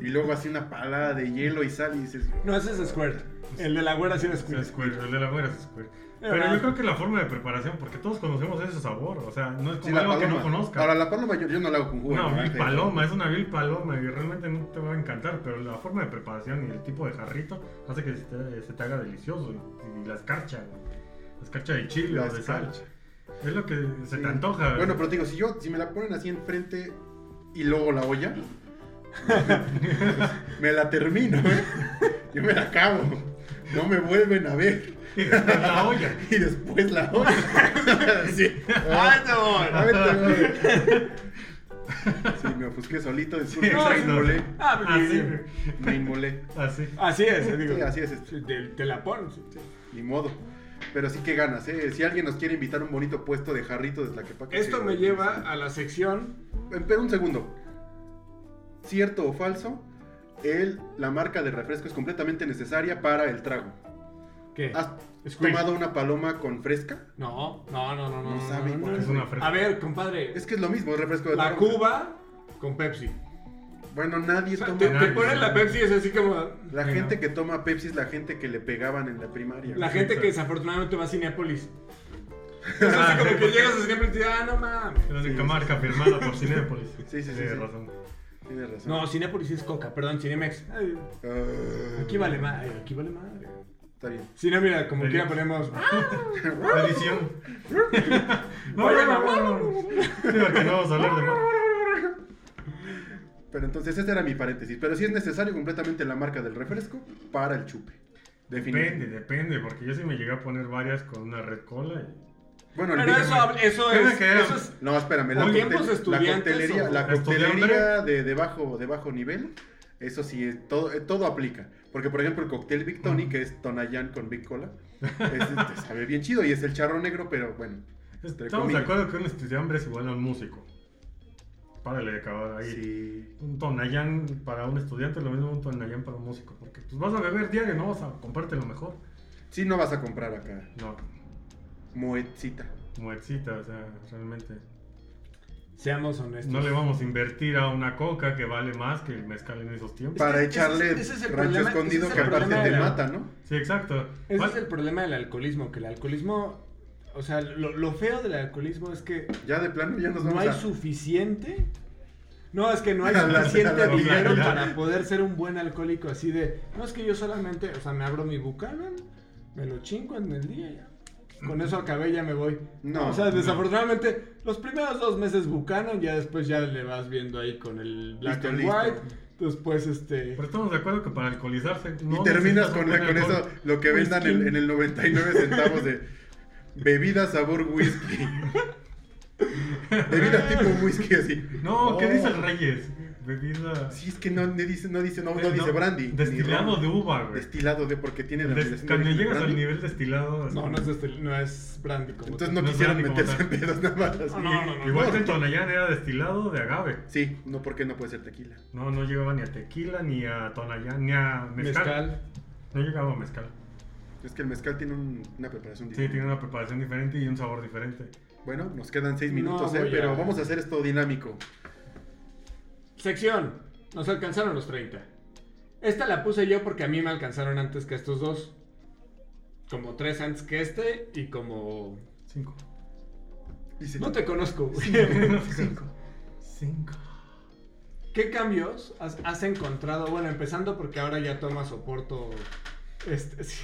Speaker 1: y luego así una palada de hielo y sal, y dices,
Speaker 2: No, ese es Squirt. El de la güera sí era
Speaker 3: Es
Speaker 2: Squirt.
Speaker 3: square, el de la güera es square. Pero
Speaker 2: verdad.
Speaker 3: yo creo que la forma de preparación, porque todos conocemos ese sabor, o sea, no es
Speaker 1: Sí,
Speaker 3: como
Speaker 1: la
Speaker 3: algo que no
Speaker 1: paloma.
Speaker 3: conozcas.
Speaker 1: Ahora, la paloma yo, yo no este, la hago con jugo. de
Speaker 3: una vil
Speaker 1: naranja.
Speaker 3: paloma, es una vil paloma y realmente no te va a encantar, pero la forma de preparación y el tipo de jarrito hace que se te, se te haga delicioso. Y, y la escarcha, güey. La escarcha de chile
Speaker 1: La
Speaker 3: o de sal.
Speaker 1: escarcha.
Speaker 3: Es lo que se
Speaker 1: Sí.
Speaker 3: te antoja.
Speaker 1: Bueno,
Speaker 3: güey.
Speaker 1: pero te digo, si, yo, si me la ponen así enfrente y luego la olla, *laughs* me la termino, ¿eh? Yo me la acabo. No me vuelven a ver.
Speaker 3: *laughs* Es la olla.
Speaker 1: *laughs* Y después la olla. *laughs* sí. Ah,
Speaker 2: Ah,
Speaker 4: ¡Ay,
Speaker 1: A
Speaker 4: no!
Speaker 1: ver, te voy. Sí, me ofusqué solito, disculpe,
Speaker 3: Sí,
Speaker 2: No,
Speaker 1: me
Speaker 3: exacto.
Speaker 1: inmolé.
Speaker 2: Ah, porque-
Speaker 3: Así, güey.
Speaker 1: Me inmolé.
Speaker 3: Así.
Speaker 2: Así es, digo.
Speaker 1: Sí, así es.
Speaker 2: Te, te la pones.
Speaker 1: Ni modo. Pero sí que ganas, ¿eh? Si alguien nos quiere invitar a un bonito puesto de jarritos de la que
Speaker 2: Esto me lleva a la sección.
Speaker 1: Espera un segundo. ¿Cierto o falso? El, la marca de refresco es completamente necesaria para el trago.
Speaker 2: ¿Qué?
Speaker 1: ¿Has
Speaker 2: Squirt.
Speaker 1: tomado una paloma con fresca?
Speaker 2: No, no, no, no, no.
Speaker 1: No sabe
Speaker 2: no,
Speaker 1: igual.
Speaker 2: no.
Speaker 3: Es una fresca.
Speaker 2: A ver, compadre.
Speaker 1: Es que es lo mismo, es refresco de
Speaker 2: La
Speaker 1: toronja.
Speaker 2: Cuba con Pepsi.
Speaker 1: Bueno, nadie
Speaker 2: O sea,
Speaker 1: toma.
Speaker 2: te,
Speaker 3: no,
Speaker 2: te
Speaker 3: no,
Speaker 2: ponen
Speaker 3: no.
Speaker 2: la Pepsi y es así como.
Speaker 1: La
Speaker 2: Venga.
Speaker 1: gente que toma Pepsi es la gente que le pegaban en la primaria.
Speaker 2: La gente que desafortunadamente va a Cinépolis. Es
Speaker 3: Ah,
Speaker 2: así como que
Speaker 3: porque-
Speaker 2: llegas a Cinépolis y dices, ah, no mames.
Speaker 3: Es la
Speaker 1: Sí,
Speaker 3: única
Speaker 1: sí,
Speaker 3: marca firmada por Cinépolis.
Speaker 1: Sí, sí, sí,
Speaker 3: Tienes
Speaker 1: sí.
Speaker 3: razón.
Speaker 1: Tienes razón.
Speaker 2: No, Cinépolis es Coca, perdón, Cinemex. Ay,
Speaker 1: Ah,
Speaker 2: aquí vale madre, aquí vale madre.
Speaker 1: Está bien.
Speaker 2: Si no, mira, como
Speaker 3: Feliz.
Speaker 2: quiera ponemos.
Speaker 1: *laughs*
Speaker 3: Edición. No, no,
Speaker 2: Oye,
Speaker 3: no, no. Sí, porque no vamos a hablar de mar-
Speaker 1: Pero entonces, este era mi paréntesis. Pero sí es necesario completamente la marca del refresco para el chupe.
Speaker 3: Depende,
Speaker 1: Definitivamente.
Speaker 3: depende, porque yo sí me llegué a poner varias con una red cola y...
Speaker 1: Bueno, el
Speaker 2: Pero
Speaker 1: vino-
Speaker 2: eso, hab- eso,
Speaker 3: Créeme
Speaker 2: es,
Speaker 3: que era-
Speaker 2: eso es.
Speaker 1: No, espérame.
Speaker 2: ¿Con tiempos
Speaker 1: coctel-
Speaker 2: pues, estudiantes
Speaker 1: la coctelería,
Speaker 2: o-
Speaker 1: la coctelería
Speaker 3: estudiante?
Speaker 1: de, de bajo, de bajo nivel, eso sí, es, todo, eh, todo aplica. Porque, por ejemplo, el cóctel Big Tony, que es Tonayán con Big Cola, es-
Speaker 2: *laughs*
Speaker 1: te sabe bien chido y es el charro negro, pero bueno. Entre
Speaker 3: Estamos de
Speaker 1: comillas.
Speaker 3: acuerdo que un estudiante es igual a un músico. Párale de acabar ahí.
Speaker 1: Sí.
Speaker 3: Un tonayán para un estudiante es lo mismo un tonayán para un músico. Porque pues vas a beber diario, no vas a comprarte lo mejor.
Speaker 1: Sí, no vas a comprar acá
Speaker 3: No,
Speaker 1: moetcita.
Speaker 3: como excita, o sea, realmente...
Speaker 2: Seamos honestos.
Speaker 3: No le vamos a invertir a una coca que vale más que el mezcal en esos tiempos.
Speaker 1: Para
Speaker 2: ese-
Speaker 1: echarle
Speaker 2: ese es el
Speaker 1: rancho
Speaker 2: problema-
Speaker 1: escondido
Speaker 2: ese es
Speaker 1: que
Speaker 2: el
Speaker 1: aparte
Speaker 2: problema
Speaker 1: te
Speaker 2: de la-
Speaker 1: mata, ¿no?
Speaker 3: Sí, exacto.
Speaker 2: Ese
Speaker 1: Pues-
Speaker 3: Vale.
Speaker 2: es el problema del alcoholismo, que el alcoholismo, o sea, lo, lo feo del alcoholismo es que
Speaker 1: Ya de plano ya nos vamos
Speaker 2: no hay
Speaker 1: a...
Speaker 2: suficiente. No, es que no
Speaker 1: *laughs*
Speaker 2: hay
Speaker 1: A la- a
Speaker 2: suficiente
Speaker 1: la
Speaker 2: dinero
Speaker 3: vida.
Speaker 2: para poder ser un buen alcohólico así de, no es que yo solamente, o sea, me abro mi bucanan, me lo chingo en el día y ya. Con eso acabé, ya me voy.
Speaker 1: No,
Speaker 2: o sea,
Speaker 1: no.
Speaker 2: desafortunadamente, los primeros dos meses bucanan, ya después ya le vas viendo ahí con el black
Speaker 1: Listo,
Speaker 2: and
Speaker 1: listo.
Speaker 2: white. Después, este.
Speaker 3: Pero estamos de acuerdo que para alcoholizarse.
Speaker 1: Y
Speaker 3: no
Speaker 1: terminas
Speaker 3: necesitas
Speaker 1: con,
Speaker 3: un
Speaker 1: la-
Speaker 3: buen
Speaker 1: con
Speaker 3: alcohol.
Speaker 1: eso, lo que vendan en, en el 99 centavos de bebida sabor whisky. bebida tipo whisky así.
Speaker 3: No, ¿qué
Speaker 1: Oh.
Speaker 3: dice el Reyes? Bebida.
Speaker 1: Sí, es que no ne dice, no dice, no, no
Speaker 3: Eh,
Speaker 1: dice brandy. ni
Speaker 3: Destilado
Speaker 1: ron.
Speaker 3: de uva, güey.
Speaker 1: Destilado de porque tiene la
Speaker 3: Des-
Speaker 1: denominación
Speaker 3: cuando
Speaker 1: de origen
Speaker 3: llegas al
Speaker 1: brandy.
Speaker 3: nivel destilado.
Speaker 2: No, no es, este- no es brandy como
Speaker 1: Entonces
Speaker 2: tal.
Speaker 1: no,
Speaker 3: no es
Speaker 1: quisieron
Speaker 3: brandy
Speaker 1: meterse en
Speaker 3: como
Speaker 1: pedos nada más. así.
Speaker 2: No, no, no, no.
Speaker 3: Igual que el Tonayán era destilado de agave.
Speaker 1: Sí, no, porque no puede ser tequila.
Speaker 3: No, no llegaba ni a tequila, ni a Tonayán, ni a mezcal.
Speaker 2: Mezcal.
Speaker 3: No llegaba a mezcal.
Speaker 1: Es que el mezcal tiene un- una preparación
Speaker 3: Sí,
Speaker 1: diferente.
Speaker 3: tiene una preparación diferente y un sabor diferente.
Speaker 1: Bueno, nos quedan seis
Speaker 2: No,
Speaker 1: minutos, eh,
Speaker 2: voy a-
Speaker 1: pero vamos a hacer esto dinámico.
Speaker 2: Sección. Nos alcanzaron los 30. Esta la puse yo porque a mí me alcanzaron antes que estos dos. Como tres antes que este y como...
Speaker 3: Cinco.
Speaker 1: Dice,
Speaker 2: No te conozco, güey.
Speaker 3: Cinco. Cinco.
Speaker 2: *laughs* ¿Qué cambios has, has encontrado? Bueno, empezando porque ahora ya tomas Oporto... Este, *laughs* sí.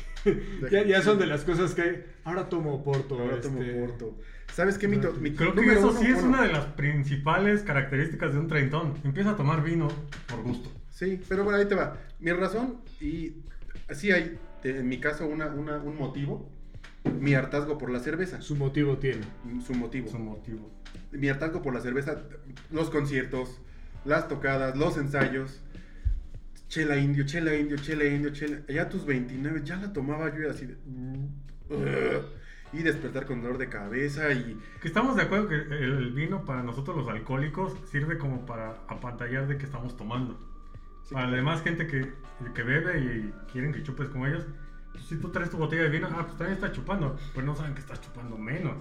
Speaker 2: ya, ya son de las cosas que hay. Ahora tomo Oporto.
Speaker 1: ahora tomo
Speaker 2: este,
Speaker 1: Porto. ¿Sabes qué, mi, to- mi
Speaker 3: Creo que
Speaker 1: número
Speaker 3: eso
Speaker 1: uno,
Speaker 3: sí es
Speaker 1: bueno,
Speaker 3: una de las principales características de un treintón. Empieza a tomar vino por gusto.
Speaker 1: Sí, pero bueno, ahí te va. Mi razón, y sí hay, te- en mi caso, una, una- un motivo. Mi hartazgo por la cerveza. Su,
Speaker 2: Su motivo tiene.
Speaker 1: su motivo.
Speaker 3: Su motivo.
Speaker 1: Mi hartazgo por la cerveza, los conciertos, las tocadas, los ensayos. Chela indio, chela indio, chela indio, chela. Ya tus 29, ya la tomaba yo y así de... Y despertar con dolor de cabeza y...
Speaker 3: Que estamos de acuerdo que el, el vino para nosotros los alcohólicos sirve como para apantallar de que estamos tomando. para la demás gente que, que bebe y quieren que chupes como ellos, pues, si tú traes tu botella de vino, ah, pues también estás chupando, pero no saben que estás chupando menos.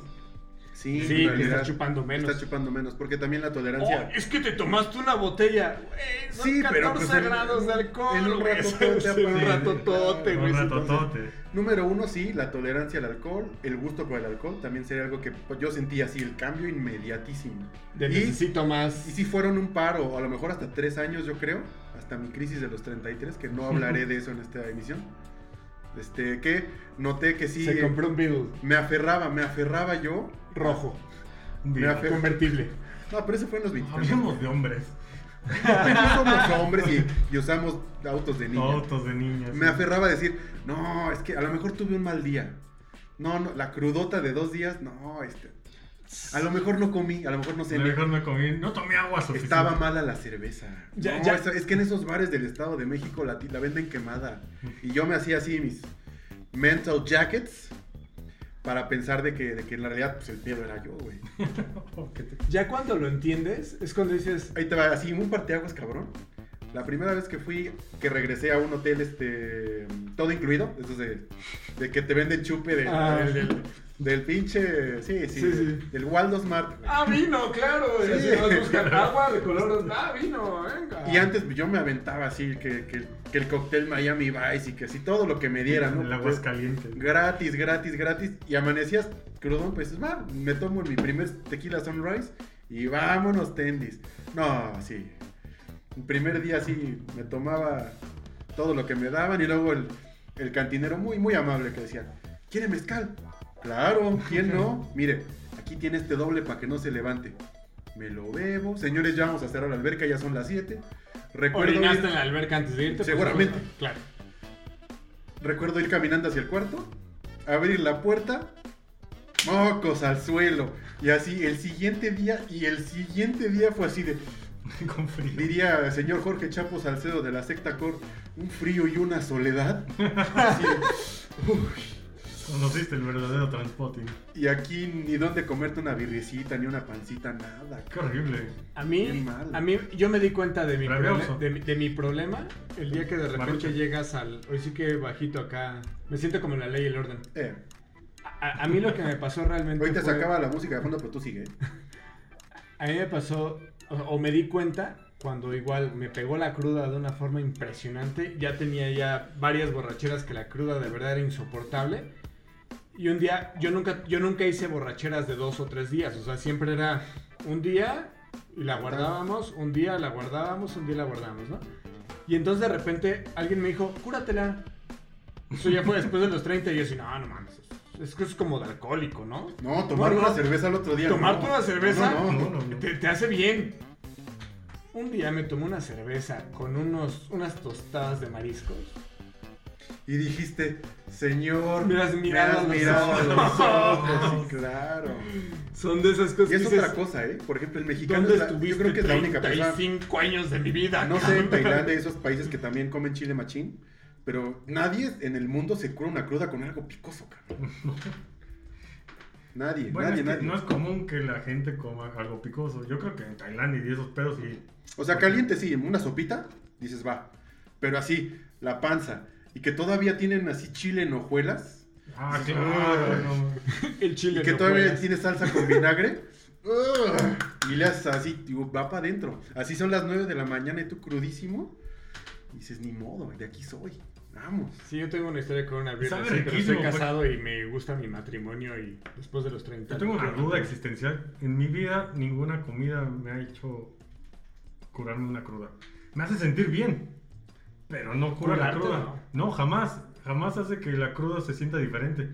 Speaker 1: Sí, en
Speaker 2: Sí, que
Speaker 1: realidad,
Speaker 2: estás chupando menos.
Speaker 1: estás chupando menos, porque también la tolerancia...
Speaker 2: Oh, es que te tomaste una botella. güey, son
Speaker 1: Sí, pero,
Speaker 2: 14
Speaker 1: pues, en-
Speaker 2: grados de alcohol.
Speaker 1: en un
Speaker 2: güey, *laughs*
Speaker 1: ratotote,
Speaker 2: es
Speaker 1: aparte.
Speaker 2: un ratotote, güey.
Speaker 3: Un
Speaker 2: sí,
Speaker 3: ratotote.
Speaker 1: Número uno, sí, la tolerancia al alcohol, el gusto por el alcohol, también sería algo que pues, yo sentí así, el cambio inmediatísimo.
Speaker 2: De
Speaker 1: y, y
Speaker 2: necesito más.
Speaker 1: sí fueron un par o a lo mejor hasta tres años, yo creo, hasta mi crisis de los 33, que no hablaré de eso en esta emisión. Este, que noté que sí,
Speaker 2: se
Speaker 1: eh,
Speaker 2: compró un Beetle
Speaker 1: me aferraba, me aferraba yo.
Speaker 2: rojo,
Speaker 3: Un
Speaker 1: Me
Speaker 3: vino.
Speaker 1: afe-
Speaker 2: convertible.
Speaker 1: No, pero eso fue en los 20.
Speaker 3: Hablemos de hombres,
Speaker 1: No somos hombres y, y usamos autos de niños.
Speaker 3: autos de niñas.
Speaker 1: Me aferraba a decir, no, es que a lo mejor tuve un mal día. No, no, la crudota de dos días, no, este. A lo mejor no comí, a lo mejor no
Speaker 3: A
Speaker 1: cené.
Speaker 3: lo mejor no comí, no tomé agua suficiente.
Speaker 1: Estaba mala la cerveza.
Speaker 2: Ya,
Speaker 1: No,
Speaker 2: ya.
Speaker 1: Es, es que en esos bares del Estado de México la, ti- la venden quemada. Y yo me hacía así mis mental jackets para pensar de que, de que en la realidad pues, el miedo era yo, güey.
Speaker 3: Oh,
Speaker 2: Ya cuando lo entiendes, es cuando dices,
Speaker 1: Ahí te va, así, un parteaguas cabrón. La primera vez que fui, que regresé a un hotel, este, todo incluido, eso de, de que te venden chupe de-
Speaker 2: Ah.
Speaker 1: del, del- del pinche, sí, sí,
Speaker 2: Sí, sí.
Speaker 1: del Waldo Smart. güey.
Speaker 2: ah, vino, claro.
Speaker 1: Sí.
Speaker 2: y así nos buscan agua de color, ah, vino, venga.
Speaker 1: Y antes pues, yo me aventaba así, que, que- que el cóctel Miami Vice y que así, todo lo que me dieran, ¿no?
Speaker 3: El agua
Speaker 1: Pues,
Speaker 3: es caliente. *laughs*
Speaker 1: gratis, gratis, gratis, y amanecías crudón, pues, va, me tomo mi primer tequila sunrise y vámonos tendis. No, sí. El primer día sí me tomaba todo lo que me daban y luego el, el cantinero muy, muy amable que decía, ¿quiere mezcal? Claro, ¿quién no? Mire, aquí tiene este doble para que no se levante. Me lo bebo. Señores, ya vamos a cerrar la alberca, ya son las 7. Recuerdo,
Speaker 2: Orinaste en
Speaker 1: ir-
Speaker 2: la alberca antes de irte. pues,
Speaker 1: Seguramente.
Speaker 2: bueno, claro.
Speaker 1: recuerdo ir caminando hacia el cuarto, abrir la puerta, mocos al suelo. Y así, el siguiente día, y el siguiente día fue así de...
Speaker 3: Con frío.
Speaker 1: Diría el señor Jorge Chapo Salcedo de la secta Cor, un frío y una soledad. Así,
Speaker 3: Conociste el verdadero transpotting.
Speaker 1: y aquí ni dónde comerte una birriecita, ni una pancita, nada.
Speaker 3: Qué horrible.
Speaker 2: A
Speaker 1: Qué
Speaker 2: mí,
Speaker 1: mal.
Speaker 2: a mí, yo me di cuenta de mi,
Speaker 3: Rabioso.
Speaker 2: problema, de, mi- de mi problema el día que de repente
Speaker 3: Marucha.
Speaker 2: llegas al. Hoy sí que bajito acá. Me siento como en la ley y el orden.
Speaker 1: Eh,
Speaker 2: A, a mí lo que me pasó realmente.
Speaker 1: ahorita se
Speaker 2: fue-
Speaker 1: acaba la música de fondo, pero tú sigue.
Speaker 2: A mí me pasó, o, o me di cuenta, cuando igual me pegó la cruda de una forma impresionante. Ya tenía ya varias borracheras que la cruda de verdad era insoportable. Y un día, yo nunca, yo nunca hice borracheras de dos o tres días. O sea, siempre era un día y la guardábamos, un día la guardábamos, un día la guardábamos, ¿no? Y entonces de repente alguien me dijo, cúratela. Eso ya fue después de los 30 y yo así, no, no mames. Es que es como de alcohólico, ¿no? *laughs*
Speaker 1: No, tomar
Speaker 2: No, no.
Speaker 1: una cerveza el otro día.
Speaker 2: Tomarte
Speaker 1: no.
Speaker 2: una cerveza.
Speaker 1: No, no,
Speaker 3: No,
Speaker 1: no.
Speaker 3: no, no.
Speaker 2: Te, te hace bien. Un día me tomé una cerveza con unos, unas tostadas de mariscos.
Speaker 1: Y dijiste, señor,
Speaker 2: Me has mirado a los
Speaker 1: mirado a los ojos.
Speaker 3: ojos.
Speaker 1: Sí, claro.
Speaker 2: Son de esas
Speaker 3: Pues
Speaker 2: cosas
Speaker 1: Y es
Speaker 2: que dices,
Speaker 1: otra cosa, ¿eh? Por ejemplo, el mexicano
Speaker 2: ¿Dónde
Speaker 1: es la- yo
Speaker 2: estuviste
Speaker 1: creo que es la única persona.
Speaker 2: 35 años de mi vida?
Speaker 1: No sé,
Speaker 2: cabrón?
Speaker 1: en Tailandia, esos países que también comen chile machín, pero nadie en el mundo se cura una cruda con algo picoso, cabrón. Nadie,
Speaker 3: *laughs* Bueno,
Speaker 1: nadie,
Speaker 3: es que
Speaker 1: nadie.
Speaker 3: no es común que la gente coma algo picoso. Yo creo que en Tailandia y esos pedos sí.
Speaker 1: O sea, caliente sí, una sopita, dices va. Pero así, la panza, y que todavía tienen así chile en hojuelas,
Speaker 3: Ah, claro. no.
Speaker 2: El chile.
Speaker 1: y que
Speaker 2: no
Speaker 1: todavía
Speaker 2: juegas.
Speaker 1: tiene salsa con
Speaker 3: *laughs*
Speaker 1: vinagre, ugh, y le haces así, digo, va para adentro. Así son las 9 de la mañana y tú crudísimo, y dices, ni modo, de aquí soy, vamos.
Speaker 2: Sí, yo tengo una historia con una virgen,
Speaker 3: Sabe
Speaker 2: sí, pero
Speaker 3: riquísimo,
Speaker 2: estoy
Speaker 3: güey.
Speaker 2: casado y me gusta mi matrimonio y después de los 30.
Speaker 3: Yo tengo una
Speaker 2: años,
Speaker 3: duda existencial. En mi vida ninguna comida me ha hecho curarme una cruda. Me hace sentir bien, pero no cura la
Speaker 2: Curarte,
Speaker 3: cruda.
Speaker 2: no.
Speaker 3: No. jamás. Jamás hace que la cruda se sienta diferente.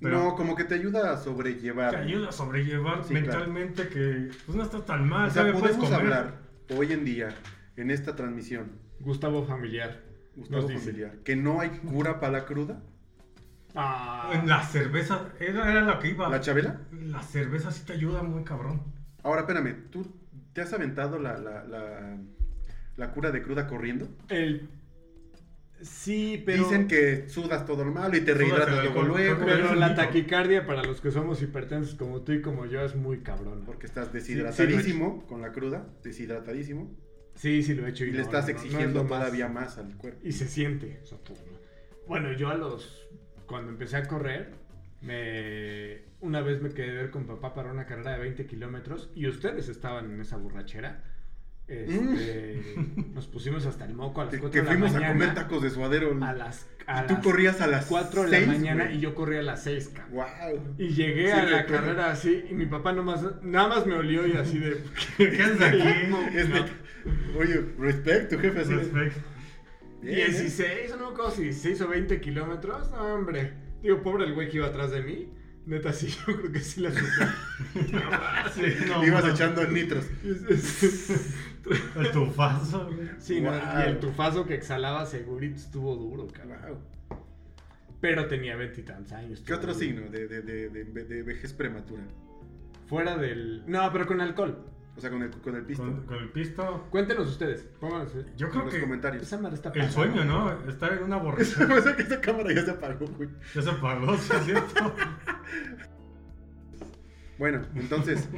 Speaker 3: Pero
Speaker 1: no, como que te ayuda a sobrellevar.
Speaker 3: te ayuda a sobrellevar
Speaker 1: Sí, claro.
Speaker 3: mentalmente que pues, no estás tan mal.
Speaker 1: O sea,
Speaker 3: todavía puedes
Speaker 1: podemos
Speaker 3: comer.
Speaker 1: hablar hoy en día, en esta transmisión,
Speaker 2: Gustavo Familiar.
Speaker 1: Gustavo
Speaker 2: nos dice.
Speaker 1: Familiar. Que no hay cura para la cruda.
Speaker 2: Ah,
Speaker 3: En la cerveza, era, era la que iba.
Speaker 1: ¿La Chabela?
Speaker 3: La cerveza sí te ayuda muy cabrón.
Speaker 1: Ahora, espérame, ¿tú te has aventado la, la, la, la cura de cruda corriendo?
Speaker 2: el... Sí, pero...
Speaker 1: Dicen que sudas todo lo malo y te
Speaker 3: Sudas
Speaker 1: rehidratas
Speaker 3: el
Speaker 1: luego
Speaker 3: alcohol,
Speaker 1: luego.
Speaker 3: pero es
Speaker 2: Pero
Speaker 3: un
Speaker 2: la
Speaker 3: mito.
Speaker 2: taquicardia para los que somos hipertensos como tú y como yo es muy cabrona.
Speaker 1: Porque estás deshidratadísimo con la cruda, deshidratadísimo.
Speaker 2: Sí, sí lo he hecho.
Speaker 1: Y
Speaker 2: no,
Speaker 1: le estás
Speaker 2: no, no, no es lo
Speaker 1: exigiendo
Speaker 2: más.
Speaker 1: todavía más al cuerpo.
Speaker 2: Y se siente. o sea, tú, ¿no? Bueno, yo a los... Cuando empecé a correr, me... una vez me quedé de ver con papá para una carrera de 20 kilómetros y ustedes estaban en esa borrachera. Este, Nos pusimos hasta el moco a las
Speaker 1: Mm. Que,
Speaker 2: 4
Speaker 1: que
Speaker 2: de la
Speaker 1: fuimos
Speaker 2: mañana.
Speaker 1: a comer tacos de suadero.
Speaker 2: a las,
Speaker 1: y
Speaker 2: a
Speaker 1: tú
Speaker 2: las
Speaker 1: corrías a las
Speaker 2: 4 de la mañana y yo corría a las 6, cabrón.
Speaker 1: ¡Wow! *laughs*
Speaker 2: Y llegué
Speaker 1: Sí,
Speaker 2: a la
Speaker 1: recuerdo.
Speaker 2: carrera así y mi papá nomás, nada más me olió y así de...
Speaker 3: ¿Qué haces aquí?
Speaker 1: Oye, respecto, jefe. así de-
Speaker 3: Respect.
Speaker 1: Bien, ¿eh?
Speaker 2: 16, o no me acuerdo si 16 o 20 kilómetros, no, hombre. Digo, pobre el güey que iba atrás de mí. Neta, sí, *laughs* yo creo que sí la
Speaker 3: Sí, *laughs* no,
Speaker 1: Ibas
Speaker 3: no.
Speaker 1: echando nitros.
Speaker 2: sufrí.
Speaker 3: El *laughs* tufazo, güey.
Speaker 2: *laughs* sí, no,
Speaker 1: Wow.
Speaker 2: y el tufazo que exhalaba segurito estuvo duro, cabrón.
Speaker 1: Wow.
Speaker 2: Pero tenía veintitantos años.
Speaker 1: ¿Qué otro
Speaker 2: todavía.
Speaker 1: signo de, de- de- de- de vejez prematura?
Speaker 2: Fuera del... No, pero con alcohol.
Speaker 1: O sea, con el, con el pisto.
Speaker 3: Con, con el pisto.
Speaker 2: Cuéntenos ustedes, pónganse.
Speaker 3: Yo
Speaker 1: Con
Speaker 3: creo
Speaker 1: los
Speaker 3: que
Speaker 1: comentarios. *laughs*
Speaker 2: *laughs* Esa madre está
Speaker 3: el
Speaker 2: pasada.
Speaker 3: sueño, ¿no? Estar en una borrachera.
Speaker 1: O sea, que esa cámara ya se apagó, güey.
Speaker 3: Ya se apagó, ¿sí es cierto?
Speaker 1: Bueno,
Speaker 2: *laughs*
Speaker 1: entonces,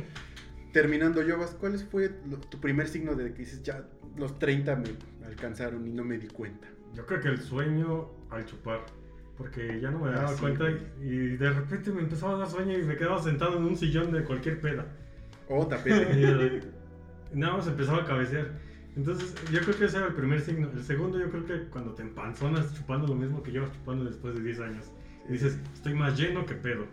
Speaker 1: terminando, Yobas, ¿cuál fue lo- tu primer signo de que dices, ya los 30 me alcanzaron y no me di cuenta?
Speaker 3: Yo creo que el sueño al chupar. Porque ya no me daba
Speaker 1: Ah, sí,
Speaker 3: cuenta
Speaker 1: güey.
Speaker 3: y, y de repente me empezaba a dar sueño y me quedaba sentado en un sillón de cualquier peda.
Speaker 1: Oh,
Speaker 2: *laughs*
Speaker 3: Y
Speaker 1: tapete.
Speaker 3: eh, nada más empezaba a cabecear. Entonces, yo creo que ese era el primer signo. El segundo, yo creo que cuando te empanzonas chupando lo mismo que llevas chupando después de 10 años. Y dices, estoy más lleno que pedo.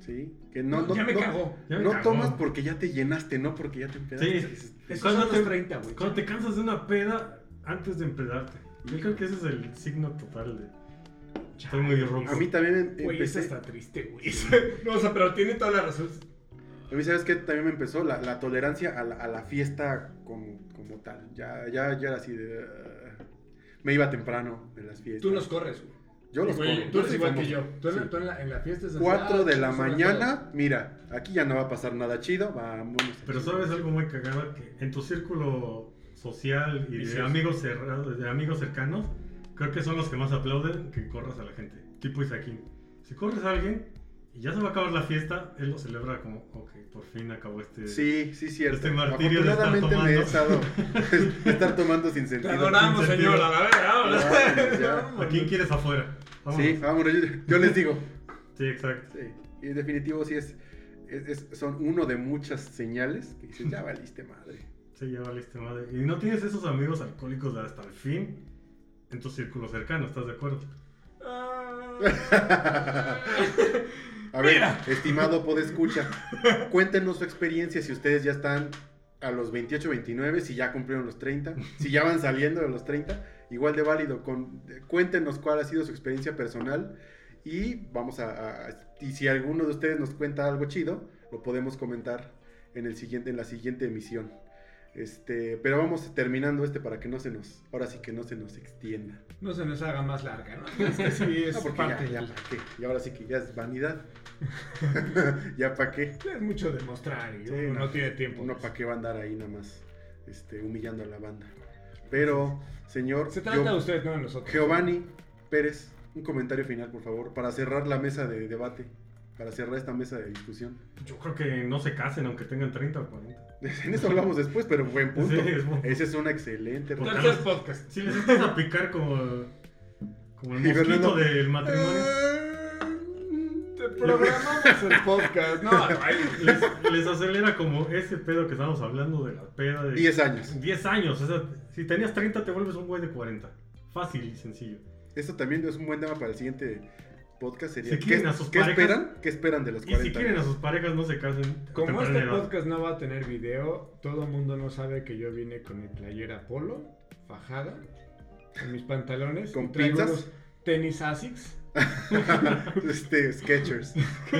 Speaker 1: Sí, que no, no,
Speaker 2: ya me
Speaker 1: no-
Speaker 2: cagó.
Speaker 3: Ya me
Speaker 1: no
Speaker 3: cagó.
Speaker 1: tomas porque ya te llenaste, no porque ya te empedaste.
Speaker 3: Sí,
Speaker 1: Dices,
Speaker 3: es-
Speaker 2: Esos son
Speaker 3: Cuando
Speaker 2: los
Speaker 3: te-
Speaker 2: 30, güey.
Speaker 3: Cuando te cansas de una peda antes de empedarte. Yo creo que ese es el signo total de. Estoy muy rojo.
Speaker 1: A mí también me
Speaker 2: Güey, esa
Speaker 1: empecé.
Speaker 2: está triste, güey. *laughs* No, o sea, pero tiene toda la razón.
Speaker 1: A mí, ¿sabes qué? También me empezó la, la tolerancia a la, a la fiesta como, como tal. Ya, ya, ya era así de. ah, me iba temprano de las fiestas.
Speaker 2: Tú nos corres, güey.
Speaker 1: Yo los
Speaker 2: Güey,
Speaker 1: corro.
Speaker 2: Tú
Speaker 1: Yo
Speaker 2: eres
Speaker 1: soy
Speaker 2: igual que
Speaker 1: famoso.
Speaker 2: yo. Tú, en la-
Speaker 1: Sí.
Speaker 2: tú en, la, en la fiesta es
Speaker 1: 4 de la
Speaker 2: ah, sobre
Speaker 1: mañana, mira, aquí ya no va a pasar nada chido, vámonos.
Speaker 3: Pero sabes algo muy cagado que en tu círculo social y de
Speaker 2: Vicioso.
Speaker 3: amigos cerrados, de amigos cercanos, creo que son los que más aplauden que corras a la gente. Tipo Isaquín. Si corres a alguien y ya se va a acabar la fiesta, él lo celebra como, ok, por fin acabó este.
Speaker 1: Sí, sí, cierto.
Speaker 3: Este martirio de estar
Speaker 1: Afortunadamente me he estado *laughs*
Speaker 3: tomando. *laughs*
Speaker 1: de estar tomando sin
Speaker 4: Te
Speaker 1: sentido.
Speaker 4: adoramos,
Speaker 3: sin sentido.
Speaker 4: señora. La
Speaker 1: *laughs*
Speaker 4: verga, vámonos.
Speaker 1: Vámonos, ya.
Speaker 3: ¿A quién quieres afuera?
Speaker 1: Sí,
Speaker 3: Vámonos.
Speaker 1: vámonos, yo, yo les digo.
Speaker 3: Sí, exacto.
Speaker 1: Sí, y en definitivo sí es, es- es- son uno de muchas señales que dices, ya valiste madre.
Speaker 3: Sí, ya valiste madre. Y no tienes esos amigos alcohólicos de hasta el fin en tu círculo cercano, ¿estás de acuerdo?
Speaker 2: Ah.
Speaker 1: A ver,
Speaker 2: *laughs*
Speaker 1: estimado podescucha, cuéntenos su experiencia si ustedes ya están a los 28, 29, si ya cumplieron los 30, si ya van saliendo de los 30, igual de válido. Con, cuéntenos cuál ha sido su experiencia personal y vamos a, a- y si alguno de ustedes nos cuenta algo chido, lo podemos comentar en el siguiente en la siguiente emisión. Este, pero vamos terminando este para que no se nos, ahora sí que no se nos extienda.
Speaker 2: No se nos haga más larga, ¿no? Es que sí, es
Speaker 1: Ah, porque ya,
Speaker 2: parte
Speaker 1: ya
Speaker 2: del-
Speaker 1: pa' qué. Y ahora sí que ya es vanidad.
Speaker 2: *laughs*
Speaker 1: *laughs* ya para qué.
Speaker 2: Es mucho demostrar y
Speaker 1: Sí,
Speaker 2: uno
Speaker 1: no.
Speaker 2: no, tiene tiempo.
Speaker 1: Uno para qué va a andar ahí nada más este, humillando a la banda. Pero, señor
Speaker 2: Se trata
Speaker 1: Gio-
Speaker 2: de ustedes, no de nosotros.
Speaker 1: Giovanni Pérez, un comentario final, por favor, para cerrar la mesa de debate, para cerrar esta mesa de discusión. *laughs*
Speaker 3: Yo creo que no se casen aunque tengan 30 o 40.
Speaker 1: En eso hablamos después, pero buen punto.
Speaker 3: Sí, es bueno.
Speaker 1: Esa es una excelente.
Speaker 3: Por-
Speaker 4: Tercer podcast.
Speaker 3: Si les empiezas a picar como,
Speaker 2: *laughs*
Speaker 3: como el
Speaker 1: Y Fernando-
Speaker 3: mosquito del matrimonio,
Speaker 2: Eh, Te programamos el podcast. No, no, ahí-
Speaker 3: les, les acelera como ese pedo que estábamos hablando de la peda de
Speaker 1: 10 años.
Speaker 3: 10 años. O sea, si tenías 30 te vuelves un güey de 40. Fácil y sencillo.
Speaker 1: Eso también es un buen tema para el siguiente podcast. Sería,
Speaker 3: Si
Speaker 1: ¿qué,
Speaker 3: quieren a sus
Speaker 1: qué
Speaker 3: parejas-
Speaker 1: esperan? ¿Qué esperan de los
Speaker 3: Y
Speaker 1: 40
Speaker 3: si quieren a
Speaker 1: *laughs* años?
Speaker 3: sus parejas no se casen. a
Speaker 2: Como
Speaker 3: temprana
Speaker 2: este
Speaker 3: edad.
Speaker 2: podcast no va a tener video, todo el mundo no sabe que yo vine con mi playera polo, fajada, con mis pantalones,
Speaker 1: ¿Con
Speaker 2: y traigo
Speaker 1: pinzas?
Speaker 2: unos tenis Asics,
Speaker 1: este, Sketchers.
Speaker 3: *laughs*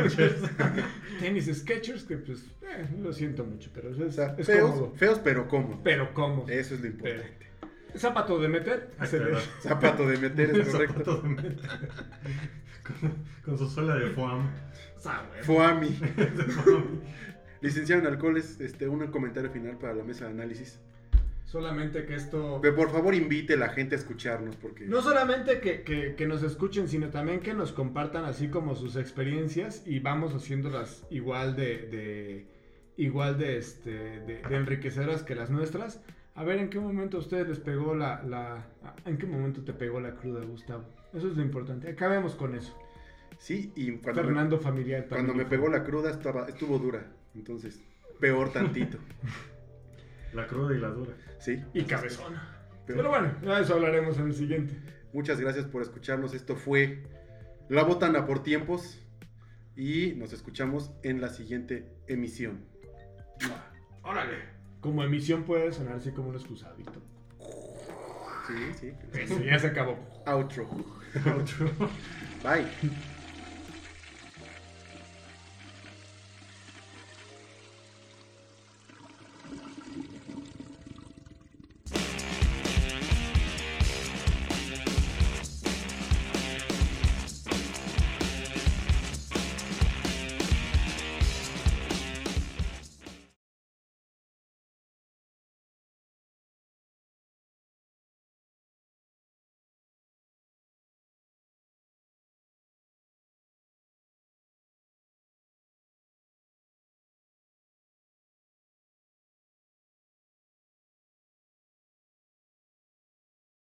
Speaker 2: tenis Skechers, que pues eh, lo siento mucho, pero es,
Speaker 1: O sea,
Speaker 2: es
Speaker 1: feos,
Speaker 2: cómodo.
Speaker 1: feos pero cómodos.
Speaker 2: Pero cómodo.
Speaker 1: Eso es lo importante.
Speaker 2: zapato de meter.
Speaker 3: Ay,
Speaker 2: se le-
Speaker 3: perdón.
Speaker 1: Zapato de meter, es correcto.
Speaker 3: Zapatos de meta. *laughs* con, con su suela de foam. *laughs*
Speaker 1: Fuami.
Speaker 3: De foam.
Speaker 1: Licenciado en alcoholes, este, un comentario final para la mesa de análisis.
Speaker 2: Solamente que esto...
Speaker 1: Pero por favor invite a la gente a escucharnos porque...
Speaker 2: No solamente que, que- que nos escuchen, sino también que nos compartan así como sus experiencias y vamos haciéndolas igual de, de- igual de este de, de enriquecedoras que las nuestras. A ver, ¿en qué momento a ustedes les pegó la, la- ¿En qué momento te pegó la cruda, Gustavo? Eso es lo importante. Acabemos con eso.
Speaker 1: Sí, y cuando, me,
Speaker 2: Fernando familiar también.
Speaker 1: cuando me pegó la cruda estaba, estuvo dura. Entonces, peor tantito.
Speaker 3: La cruda y la dura.
Speaker 1: Sí.
Speaker 2: Y cabezona.
Speaker 1: peor.
Speaker 2: Pero bueno, ya de eso hablaremos en el siguiente.
Speaker 1: Muchas gracias por escucharnos. Esto fue La Botana por Tiempos. Y nos escuchamos en la siguiente emisión.
Speaker 4: Órale.
Speaker 2: Como emisión puede sonar así como un excusadito.
Speaker 1: Sí, sí.
Speaker 2: Eso *laughs* ya se acabó.
Speaker 1: Outro.
Speaker 3: Outro.
Speaker 1: Bye.